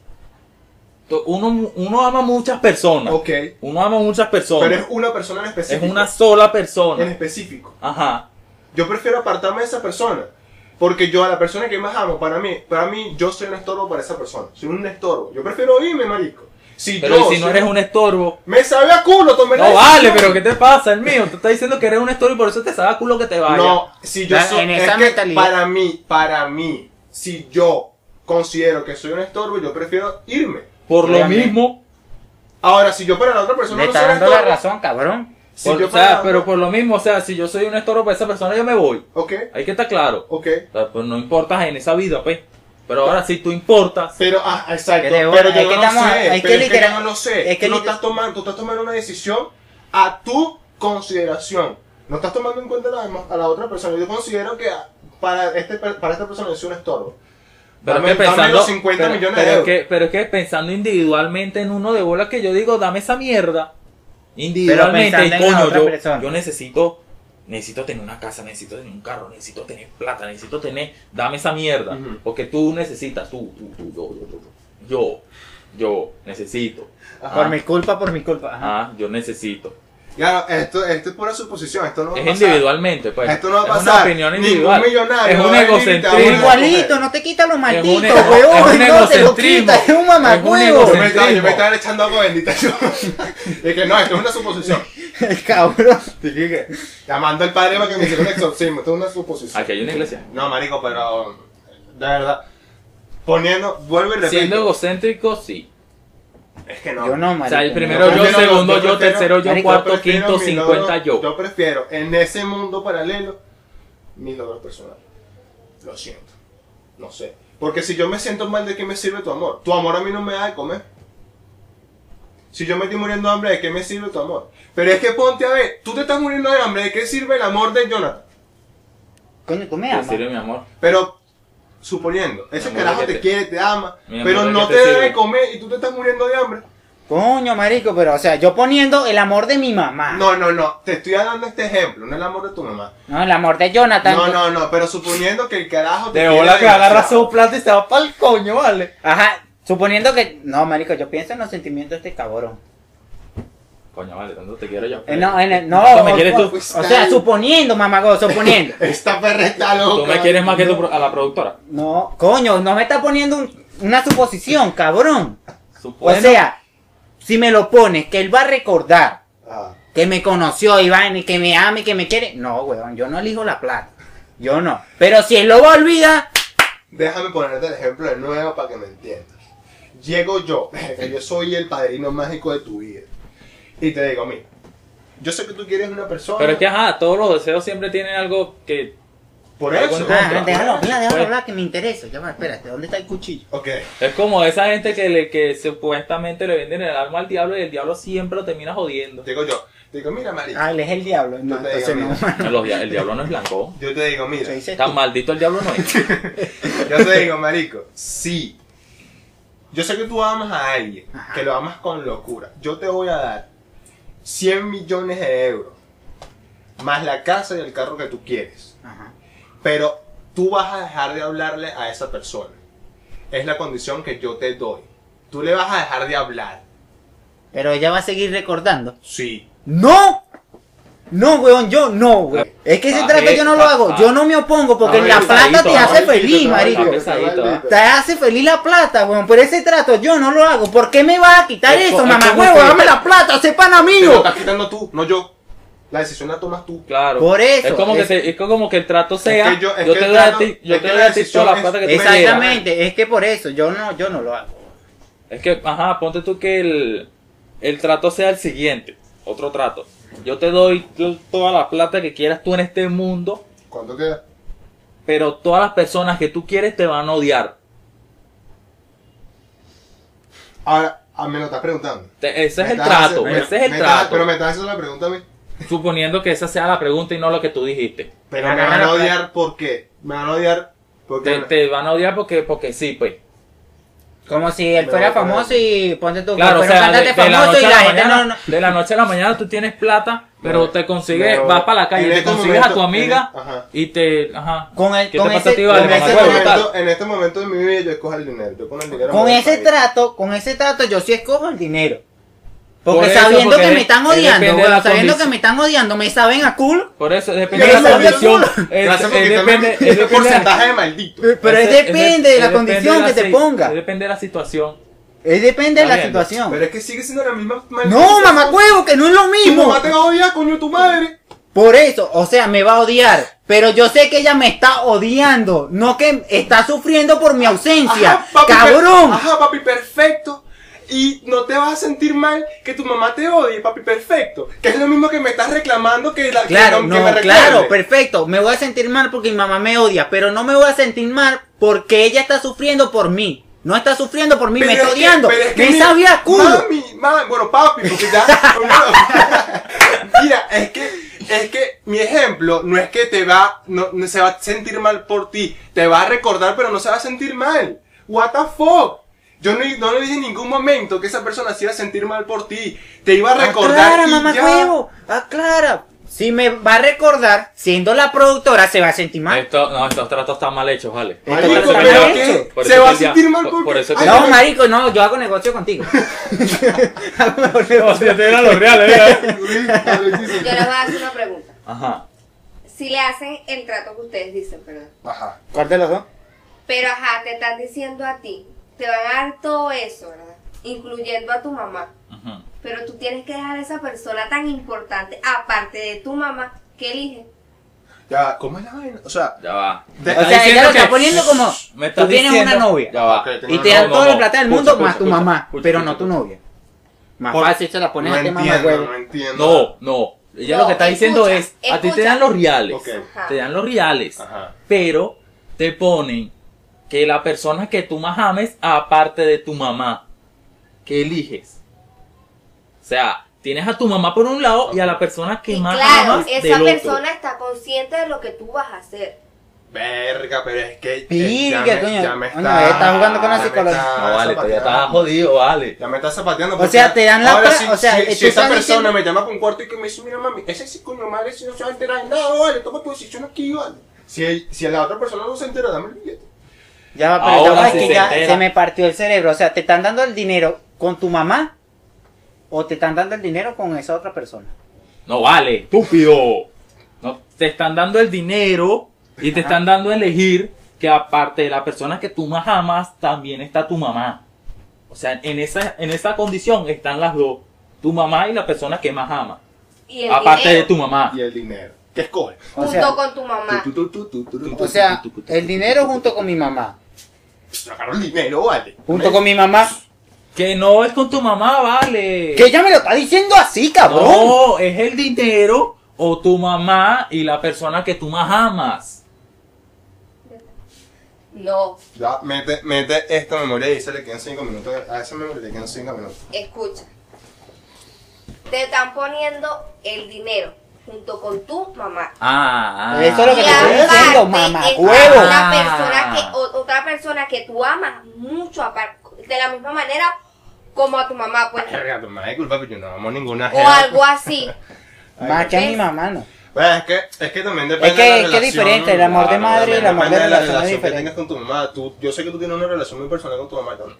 tú- Uno, uno ama muchas personas.
Ok.
Uno ama muchas personas.
Pero es una persona en
es
específico.
una sola
En
persona.
específico.
Ajá.
Yo prefiero apartarme de esa persona. Porque yo a la persona que más amo, para mí, para mí, yo soy un estorbo para esa persona. Soy un estorbo. Yo prefiero irme, marico. Si
Pero
yo,
¿y si no
soy-
eres un estorbo.
Me sabe a culo, tomé la
No vale,
decisión.
pero ¿qué te pasa, el mío? Tú estás diciendo que eres un estorbo y por eso te sabe a culo que te vaya.
No, si yo
Claro,
soy,
en
es
esa
que
mentalidad.
para mí, para mí, si yo considero que soy un estorbo, yo prefiero irme.
Por lo
Obviamente.
mismo.
Ahora, si yo para la otra persona
Le
no
está
soy un
dando la
estorbo,
razón, cabrón.
si
por-
yo
o
para
sea,
la-
pero por lo mismo, o sea, si yo soy un estorbo para esa persona, yo me voy.
Ok,
Hay que estar claro.
ok.
O sea, pues no importas en esa vida, pues. Pero ahora sí tú importas.
Pero, ah, exacto,
Que de
pero
bola,
yo
es
no
que
lo
estamos-
sé,
es
pero
que
es que yo
literal-
no lo sé.
es que
tú, no
liter-
estás tomando, tú estás tomando una decisión a tu consideración. No estás tomando en cuenta a la, demás- a la otra persona. Yo considero que ah, para, este, per- para esta persona yo soy un estorbo.
Pero
Dame-
es que
dame
pensando,
los 50
pero-
millones de
pero es
euros.
que, pero es que pensando individualmente en uno de bola que yo digo, dame esa mierda. Individualmente,
pensando en la
coño,
otra
yo,
persona.
yo necesito, necesito tener una casa, necesito tener un carro, necesito tener plata, necesito tener, dame esa mierda.
Ujú.
Porque tú necesitas, tú, tú, tú, yo, yo, yo, yo, yo, yo necesito.
Ajá.
Por mi culpa, por mi culpa. Ajá.
Ah, yo necesito.
Claro, esto, esto es pura suposición, esto no va a
Es
pasar.
individualmente, pues.
Esto no va a
Es una
pasar.
opinión
Ningún
individual.
millonario
es un
va a venir y te va a
egocentrismo.
poner-
Igualito, no te quita lo maldito,
ego- es un
weón. No te lo
egocentrismo.
quita, es un
Es
Yo
un
mamacuevo.
me, estaba, yo
Egocentrismo.
me estaba echando agua bendita yo. Es que no, esto es una suposición.
Cabrón.
Llamando al padre para que me hiciera un exorcismo, esto es una suposición.
Aquí hay una iglesia.
No, marico, pero de verdad. Poniendo, vuelvo y repito.
Siendo egocéntrico, sí.
es que no.
Yo no, marico.
O sea, el primero
no.
yo,
prefiero-
segundo yo,
yo prefiero-
tercero yo,
Marico,
cuarto,
prefiero
quinto,
mi
cincuenta
logro-
yo.
Yo prefiero en ese mundo paralelo mis logros personales. Lo siento. No sé. Porque si yo me siento mal, ¿de qué me sirve tu amor? Tu amor a mí no me da de comer. Si yo me estoy muriendo de hambre, ¿de qué me sirve tu amor? Pero es que ponte a ver, tú te estás muriendo de hambre, ¿de qué sirve el amor de Jonathan?
Coño, tú me
¿Qué
amas.
sirve mi amor?
Pero, suponiendo, ese
Mi amor,
carajo
¿de qué
te
te-
quiere, te ama,
Mi amor,
pero
¿de
no
qué
te
te
da
sirve?
de comer y tú te estás muriendo de hambre.
Coño, marico, pero o sea, yo poniendo el amor de mi mamá.
No, no, no, te estoy dando este ejemplo, no el amor de tu mamá.
No, el amor de Jonathan.
No, no, no, pero suponiendo que el carajo
De
quiere
bola que
demasiado.
agarra su plato y se va para el coño, ¿vale?
Ajá, suponiendo que. No, marico, yo pienso en los sentimientos de este cabrón.
Coño, vale, tanto te quiero yo.
Eh, no, en el- no.
¿Tú me
o-
quieres
o,
tú?
o sea, suponiendo, mamago, suponiendo.
Esta perra está
¿Tú
loca.
me quieres más que tu pro- a la productora?
No, coño, no me está poniendo un- una suposición, cabrón.
Supone-
O sea, si me lo pones, que él va a recordar
Ah,
que me conoció Iván y que me ama y que me quiere. No, weón, yo no elijo la plata. Yo no. Pero si él lo va a olvidar,
déjame ponerte el ejemplo de nuevo para que me entiendas. Llego yo, que yo soy el padrino mágico de tu vida. Y te digo, mira, yo sé que tú quieres una persona.
Pero es que, ajá, todos los deseos siempre tienen algo que...
Por
algo
eso.
en
Ah,
contra.
déjalo hablar, déjalo
Pues-
hablar, que me interesa. Ya va, espérate, ¿dónde está el cuchillo?
Ok.
Es como esa gente que, le, que supuestamente le venden el alma al diablo y el diablo siempre lo termina jodiendo.
Digo yo, te digo, mira, marico.
Ah, él es el diablo.
no,
No,
te digo,
entonces no.
mira,
Los dia- el diablo no es blanco.
Yo te digo, mira.
Se dice
Tan
tú.
maldito el diablo no es.
Yo te digo, marico, sí. Yo sé que tú amas a alguien,
Ajá.
que lo amas con locura. Yo te voy a dar 100 millones de euros, más la casa y el carro que tú quieres.
Ajá.
Pero tú vas a dejar de hablarle a esa persona. Es la condición que yo te doy. Tú le vas a dejar de hablar.
Pero ella va a seguir recordando.
Sí.
¡No! No, weón, yo no, weón. Es que se
Ah,
trata
eh,
que yo no lo
ah,
hago.
ah.
Yo no me opongo porque
Ah,
la
maldito,
plata te
ah,
hace
maldito,
feliz,
ah,
marico.
maldito. pesadito, ¿eh?
Te hace feliz la plata, weón. Por ese trato yo no lo hago. ¿Por qué me vas a quitar
Es co-
eso,
es
mamá,
como
huevo?
que-
Dame la plata, sé pana
Te lo
mío.
estás quitando tú, no yo. La decisión la tomas tú.
Claro.
Por eso,
Es como,
es-
que, se- es como que el trato sea.
que yo-
yo,
es que
te
el
doy a
trato-
ti, yo
es
te
que
doy
la
a ti toda
decisión
la
es-
plata que tú quieras.
Exactamente, es que por eso yo no, yo no lo hago.
Es que, ajá, ponte tú que el, el trato sea el siguiente. Otro trato. Yo te doy t- toda la plata que quieras tú en este mundo,
¿Cuánto queda?
pero todas las personas que tú quieres te van a odiar.
Ahora, ah, me lo estás preguntando.
Te- ese es
Me
el
estás
trato,
haciendo- me-
ese es el
me estás-
trato.
Pero me estás haciendo la pregunta a mí.
Suponiendo que esa sea la pregunta y no lo que tú dijiste.
Pero me van a odiar, ¿por qué? Me van a odiar porque...
Te, te van a odiar porque, porque sí, pues.
Como si él
Me
fuera
voy a poner-
famoso y ponte tu
Claro, o
fuera
sea,
un
de,
cantante
de la
famoso
noche
y
a
la
la
gente
mañana,
no, no-
de la noche a la mañana tú tienes plata, pero
Bueno,
te consigues,
pero
vas para la calle,
en
te
este
consigues a tu
momento,
amiga
en- ajá.
y te, ajá.
Con el-
¿Qué
con
te pasa
ese-
a ti,
En
vale?
con
este,
Mamá, huevo, tal.
momento, en este momento de mi vida yo escojo el dinero. Yo con el dinero.
Con
me voy para
ese
ahí.
trato, con ese trato yo sí escojo el dinero.
Por
Porque
eso,
sabiendo
porque
que me
de-
están
de-
odiando,
depende de
weón,
la
sabiendo
condici-
que me están odiando, me saben a culo.
Por eso depende de
Yo
la
soy el
condición.
culo.
Es-
Gracias por
es
quitarme
depende,
el
es depende-
porcentaje de maldito.
Pero es,
es- es
depende de la
es depende
condición
de
que
la
te
si-
ponga.
es Depende de la situación.
Es depende de la
Está bien.
situación.
Pero es que sigue siendo la misma
No, mamacuevo, que no es lo
Tu
mismo.
Pues, mamá te va a odiar, coño, tu madre.
Por eso, o sea, me va a odiar. Pero yo sé que ella me está odiando. No que está sufriendo por mi ausencia.
Ajá, papi,
¡Cabrón!
per- Ajá, papi, perfecto. Y no te vas a sentir mal que tu mamá te odie, papi, perfecto. Que es lo mismo que me estás reclamando que la que
Claro,
la- que,
no,
me reclame.
claro, perfecto. Me voy a sentir mal porque mi mamá me odia, pero no me voy a sentir mal porque ella está sufriendo por mí. No está sufriendo por mí, me
Pero
está
es que-
odiando.
pero es que
me
mira,
sabía a culo.
Mami, mami, bueno, papi, porque ya. mira, es que, es que mi ejemplo no es que te va, no, no se va a sentir mal por ti. Te va a recordar, pero no se va a sentir mal. What the fuck? Yo no, no le dije en ningún momento que esa persona se iba a sentir mal por ti. Te iba a recordar
Aclara,
y
Ah, mamá
ya.
huevo. Aclara. Si me va a recordar, siendo la productora, se va a sentir mal.
Esto, no, estos tratos están mal hechos, vale.
Marico,
Por eso
¿pero
que ya-
qué?
por
Se
eso
va
que
a
ya-
sentir mal Ah, porque-
por- Por eso que
Ay,
no,
ya-
no.
marico, no, yo hago negocio contigo. hago mejor negocio.
Hostia, te eran los reales, ¿eh?
Yo les voy a hacer una pregunta.
Ajá.
Si le hacen el trato que ustedes dicen, perdón.
Ajá.
¿Cuál de los dos?
Pero ajá, te están diciendo a ti, te van a dar todo eso, ¿verdad? Incluyendo a tu mamá.
Ujú.
Pero tú tienes que dejar a esa persona tan importante, aparte de tu mamá, que elige.
Ya, ¿cómo es la vaina? O sea,
Ya va.
De-
O sea, ella lo está poniendo como. Tú tienes una novia.
Ya va.
Ok, tengo
Y
No,
te dan
no,
toda
no.
la plata del
Escucha,
mundo
escucha,
más tu
escucha,
mamá,
escucha,
pero
escucha,
no tu
escucha.
novia. Más
Por-
fácil se la pones
no
a este mamá
entiendo,
huevo.
no entiendo.
No, no. Ella lo que está
No,
diciendo
escucha,
es, a ti te
escucha.
dan los reales.
Ok.
Ajá.
Te dan los reales.
Ajá.
Pero te ponen que la persona que tú más ames, aparte de tu mamá, que eliges. O sea, tienes a tu mamá por un lado y a la persona que
Y
más
claro,
amas del
esa
otro.
persona está consciente de lo que tú vas a hacer.
Verga, pero es que. eh,
Virga,
ya me-
coño.
ya me
Coño, está jugando con la
ya me
psicología.
está
No, Ah, vale, tú ya
zapateando.
estás jodido, vale.
Ya me está zapateando.
O
porque
sea, te dan la
ahora
pra-
si-
o sea,
si-
eh,
si,
tú
esa
estás
persona
diciendo-
me llama por un cuarto y que me dice, mira mami, ese sí coño madre, si no se va a enterar de nada, vale, toma tu decisión aquí, vale. Si, el- si la otra persona no se entera, dame el billete.
Ya va, pero ya
Ahora
va,
sí
que
se
ya
entera.
se me partió el cerebro. O sea, ¿te están dando el dinero con tu mamá? ¿O te están dando el dinero con esa otra persona?
No vale, estúpido. No, te están dando el dinero y te están dando a elegir que aparte de la persona que tú más amas, también está tu mamá. O sea, en esa, en esa condición están las dos. Tu mamá y la persona que más ama.
Y el
Aparte
dinero,
de tu mamá.
Y el dinero. ¿Qué escoge?
O
junto
sea,
con tu mamá.
Tú, tú, tú, tú, tú, tú,
Ah. o
tú.
sea, el dinero junto con mi mamá.
Sacaron Pues el dinero, vale.
Junto con mi mamá.
Que no es con tu mamá, vale.
Que ella me lo está diciendo así, cabrón.
No, es el dinero o tu mamá y la persona que tú más amas.
No,
Ya, mete, mete esta memoria y se le quedan 5 minutos. A esa memoria le quedan 5 minutos.
escucha. Te están poniendo el dinero junto con tu mamá.
Ah, ah.
Eso es lo que
Y
te estoy
aparte
diciendo, mamá.
está
Huevo.
La
Ah.
persona que, o- otra persona que tú amas mucho, apar- de la misma manera como a tu mamá, pues,
Verga, tu madre, disculpa, pero yo no amo ninguna
o
jeva.
algo así.
Más que a mi
¿ves?
mamá, no.
Bueno, Pues, es que, es que también depende
Es que-
de la
es que es
relación,
diferente, el amor de madre y el
también
amor de
depende
relación es
que
diferente.
tengas con tu mamá. Tú, yo sé que tú tienes una relación muy personal con tu mamá. Yo no.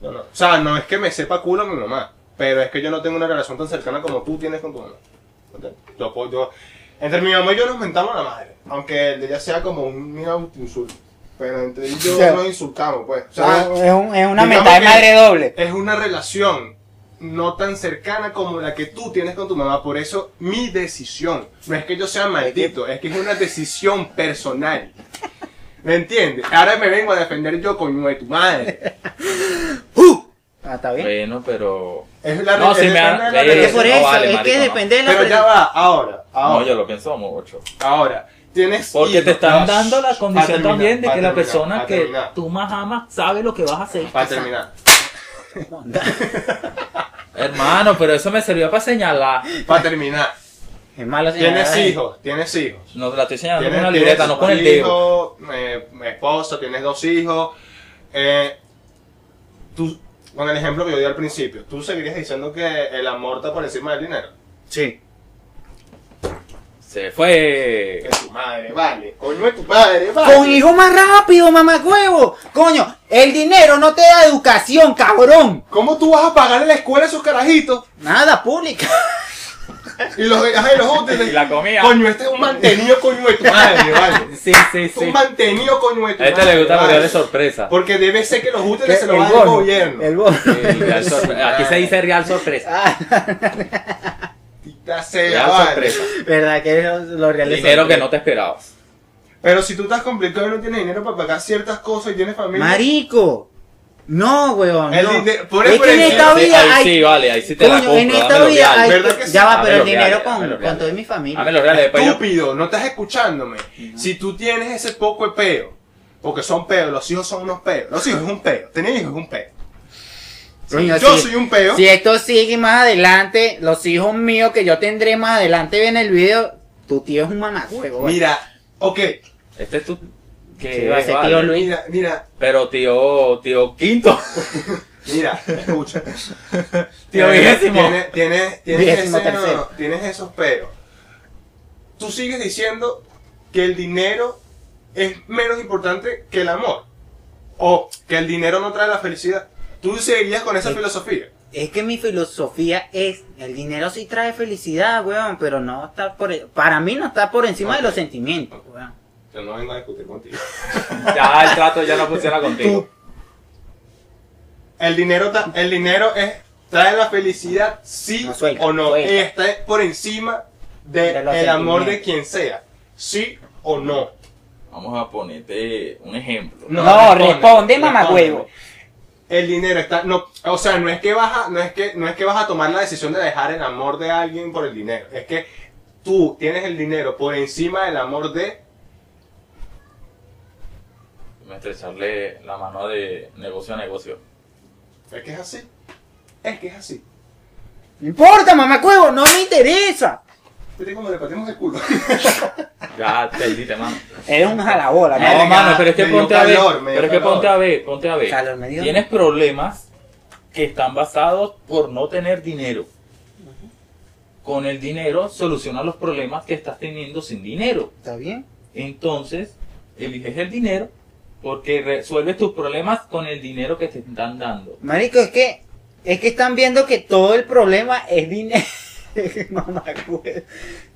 Yo no. O sea, no es que me sepa culo mi mamá, pero es que yo no tengo una relación tan cercana como tú tienes con tu mamá. ¿Entiendes? Yo, puedo- yo- entre mi mamá y yo nos mentamos a la madre, aunque el de ella sea como un, mira, un insulto. Pero entre ellos
O sea,
nos insultamos, pues. O
O
sea,
sea, es, un- es una
digamos
mentada de
que-
madre doble.
es una relación no tan cercana como la que tú tienes con tu mamá. Por eso mi decisión, no es que yo sea maldito, es que es una decisión personal. ¿Me entiendes? Ahora me vengo a defender yo, coño de tu madre.
Ah, está bien.
Bueno, pero.
Es la
No,
es
si me
depende
ha-
de la
eh,
Es que
relación.
por
no
eso,
vale,
es
marico,
que
no.
depende de la
Pero ya
persona.
va, ahora,
No, yo
ahora,
lo pienso mucho.
ahora. Tienes
Porque te
hijos,
están
no,
dando la
shh,
condición
para terminar,
también de
para
que la
terminar,
persona
para
que
terminar,
tú más amas sabe lo que vas a hacer.
Para terminar.
Hermano, pero eso me sirvió para señalar.
Para terminar.
Es malo
Tienes
señalar.
hijos, tienes hijos.
No la estoy señalando en
Tienes,
una libreta, no con el dedo.
hijo, eh, esposa, tienes dos hijos. eh, tú, con el ejemplo que yo di al principio, ¿tú seguirías diciendo que el amor está por encima del dinero?
Sí.
Se fue.
Que tu madre, vale. Coño de tu padre, vale.
Con hijo más rápido, mamá huevo. Coño, el dinero no te da educación, cabrón.
¿Cómo tú vas a pagarle la escuela a esos carajitos?
Nada, pública.
Y los, ajá, y los útiles.
Y la comida.
Coño, este es un mantenido coño de tu madre, vale. Este
Sí, sí, sí.
Un mantenido coño de tu
A este
madre,
le gusta
vale.
variar de sorpresa.
Porque debe ser que los útiles se los va a
el
dar el
bono,
gobierno.
El bono.
El real sorpre- Aquí se dice real sorpresa.
Maldita sea,
Real
vale.
sorpresa.
¿Verdad que los, los reales
Dinero
son-
que no te esperabas.
Pero si tú estás complicado y no tienes dinero para pagar ciertas cosas y tienes familia.
Marico. No, huevón.
El
no.
dinero- por
es
eso
que en
el
esta
Sí,
vida
ahí
hay.
sí, vale, ahí sí te la
coño,
compro.
en esta
dámelo
vida
real.
hay.
¿Verdad que sí?
Ya va,
Dámelo
pero el
real,
dinero
dámelo
con,
real.
con toda mi familia.
Dame los reales después. yo-
Estúpido, no estás escuchándome. Si tú tienes ese poco de peo, porque son peos, los hijos son unos peos. Los hijos es un peo, tener hijos es un peo.
Coño,
Yo
sí.
soy un peo.
Si esto sigue más adelante, los hijos míos que yo tendré más adelante ven el video, tu tío es un mamagüevo.
Mira, ok,
Este es tu. que
Sí, va a
es,
ser
vale.
tío Luis.
mira, mira,
Pero tío, tío quinto.
mira, escucha.
Tío vigésimo.
Tienes, tienes, tienes,
Vigésimo
ese- no, no,
tercero.
tienes esos peos. Tú sigues diciendo que el dinero es menos importante que el amor. O que el dinero no trae la felicidad. Tú seguirías con esa
Sí.
filosofía.
Es que mi filosofía es, el dinero sí trae felicidad, weón, pero no está por, e, para mí no está por encima de los sentimientos, weón.
Yo no vengo a discutir contigo.
Ya el trato ya no funciona
Tú-
contigo.
El dinero, ta- el dinero es, trae la felicidad, sí
No, suelta,
o no.
suelta.
Está por encima del
De los
amor de
sentimientos.
quien sea. Sí o no.
Vamos a ponerte un ejemplo.
No, responde, mamagüevo.
respóndeme. El dinero está, no, o sea, no es que vas a, no es que, no es que vas a tomar la decisión de dejar el amor de alguien por el dinero. Es que tú tienes el dinero por encima del amor de
Me estrecharle la mano de negocio a negocio.
Es que es así. Es que es así.
No importa, mamacuevo, no me interesa.
Viste cómo le pateamos el culo.
Ya te diste, mano.
Eres un jalabola,
No,
Verga,
mano, pero es que
me dio
ponte a ver.
calor, me dio
Pero es que
calor.
ponte a ver, ponte a ver.
Calor me dio.
Tienes problemas que están basados por no tener dinero. Con el dinero solucionas los problemas que estás teniendo sin dinero.
¿Está bien?
Entonces, eliges el dinero porque resuelves tus problemas con el dinero que te están dando.
Marico, es que, es que están viendo que todo el problema es dinero. Mamacuevo.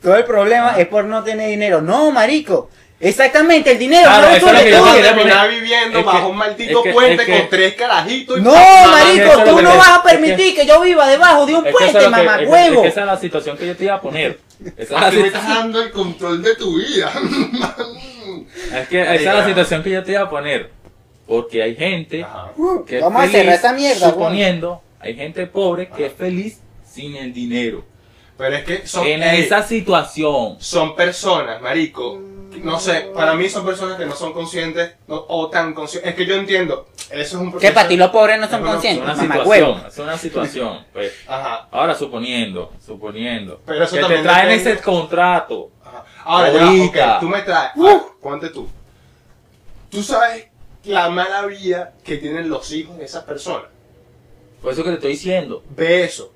Todo el
Ah.
problema es por no tener dinero. No, marico. Exactamente, el dinero
Claro,
no
eso es lo que
resuelve
yo
todo.
Vamos a
quería
terminar
poner-
viviendo
es que-
bajo un maldito
es que-
puente
es que-
con tres carajitos. y
No,
pa-
eso es
marico,
lo
tú
que
no
me-
vas a
es que-
permitir que yo viva debajo de un
Es que eso es
puente,
lo que- es que- es
mamacuevo.
que esa es la situación que yo te iba a poner. Esa es la
Tú me
situación.
estás dando el control de tu vida.
Es que esa es la situación que yo te iba a poner. Porque hay gente
Ajá.
que es
Vamos a
feliz,
cerrar esa mierda,
Suponiendo, hay gente pobre que es feliz sin el dinero.
Pero es que son, eh,
en
ey,
esa situación.
son personas, marico. que No sé, para mí son personas que no son conscientes no- o tan conscientes. Es que yo entiendo. Eso es un
Que
proceso.
para ti los pobres no
Es
son
una-
Es
conscientes,
una
mamacuevo.
situación. Es una situación. pues.
Ajá.
Ahora suponiendo, suponiendo.
Pero eso
que te
también
traen
depende-
ese contrato.
Ajá. Ahora ya,
Ahorita.
ok, tú me traes. Ah, ponte tú. Tú sabes la mala vida que tienen los hijos de esas personas.
Por eso que te estoy diciendo.
Ve eso.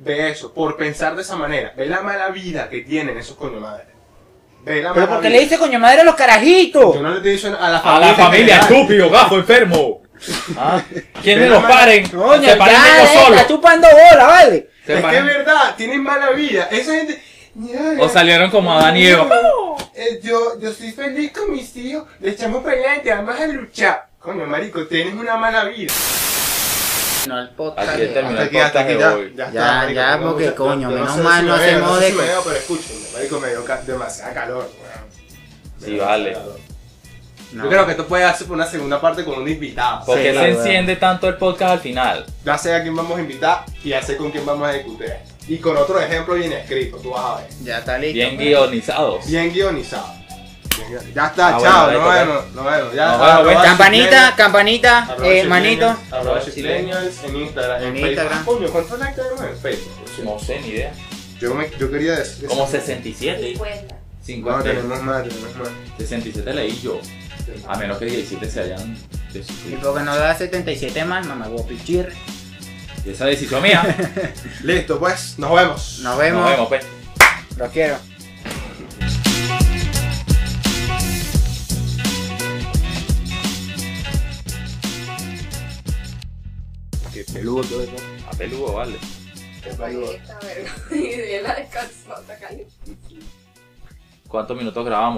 Ve eso. Por pensar de esa manera. Ve la mala vida que tienen esos coño madres. Ve la
Pero
mala
porque
vida.
le dice coño madre a los carajitos.
Yo no le estoy diciendo a la
A
familia.
la familia,
en general.
estúpido, gajo, enfermo. ¿Ah? ¿Quién me
Pero
los
no-
paren?
Coño,
Se paren
ya,
ellos
eh,
solos.
está chupando bola, vale.
Se
es que es
paren-
verdad, tienen mala vida. Esa gente. Mira,
O salieron como Adán y Eva.
eh, Yo, yo estoy feliz con mis hijos. Le echamos para adelante, vamos a luchar. Coño, marico, tienes una mala vida.
No, el
Aquí está el-
Hasta
Mira,
aquí, hasta
podcast
aquí,
de
ya.
hoy.
Ya, ya,
tengo
porque,
mucha-
coño, menos
sé
mal
si
no
me veo,
hacemos
sé si
de-
me veo, pero escúchenme, marico, me dio ca- demasiada calor, weón.
Sí, vale.
Yo creo que esto puede hacer una segunda parte con un invitado.
Porque
Sí,
se
la verdad.
enciende tanto el podcast al final.
Ya sé a quién vamos a invitar y ya sé con quién vamos a discutir. Y con otro ejemplo bien escrito, tú vas a ver.
Ya está listo.
Bien guionizados.
Bien guionizado. Bien guion- Ya está,
Ah,
chao,
bueno,
no
dale,
bueno, no bueno, ya.
No, bueno,
arroba
bueno.
Campanita, campanita,
Arroba
eh,
Chipleños,
manito.
Arroba Chipleños en Instagram.
En
Facebook.
Instagram.
Ah, Coño, ¿cuántos likes tenemos en Facebook? por cierto?
No sé, ni idea.
Yo, me, yo quería decir.
Como
Y
67.
cuenta.
No,
50.
tenemos más, tenemos más.
67 leí yo. A menos que 17 se hayan sí, sí,
Y
sí.
porque no da 77 más, mamá, voy a pichir.
Y esa decisión mía.
Listo, pues, nos vemos.
Nos vemos.
Nos vemos, pues.
Lo quiero.
Qué peludo todo eso.
A peludo, vale.
Qué peludo.
Esta verga. Y de la descansada, caliente.
¿Cuántos minutos grabamos?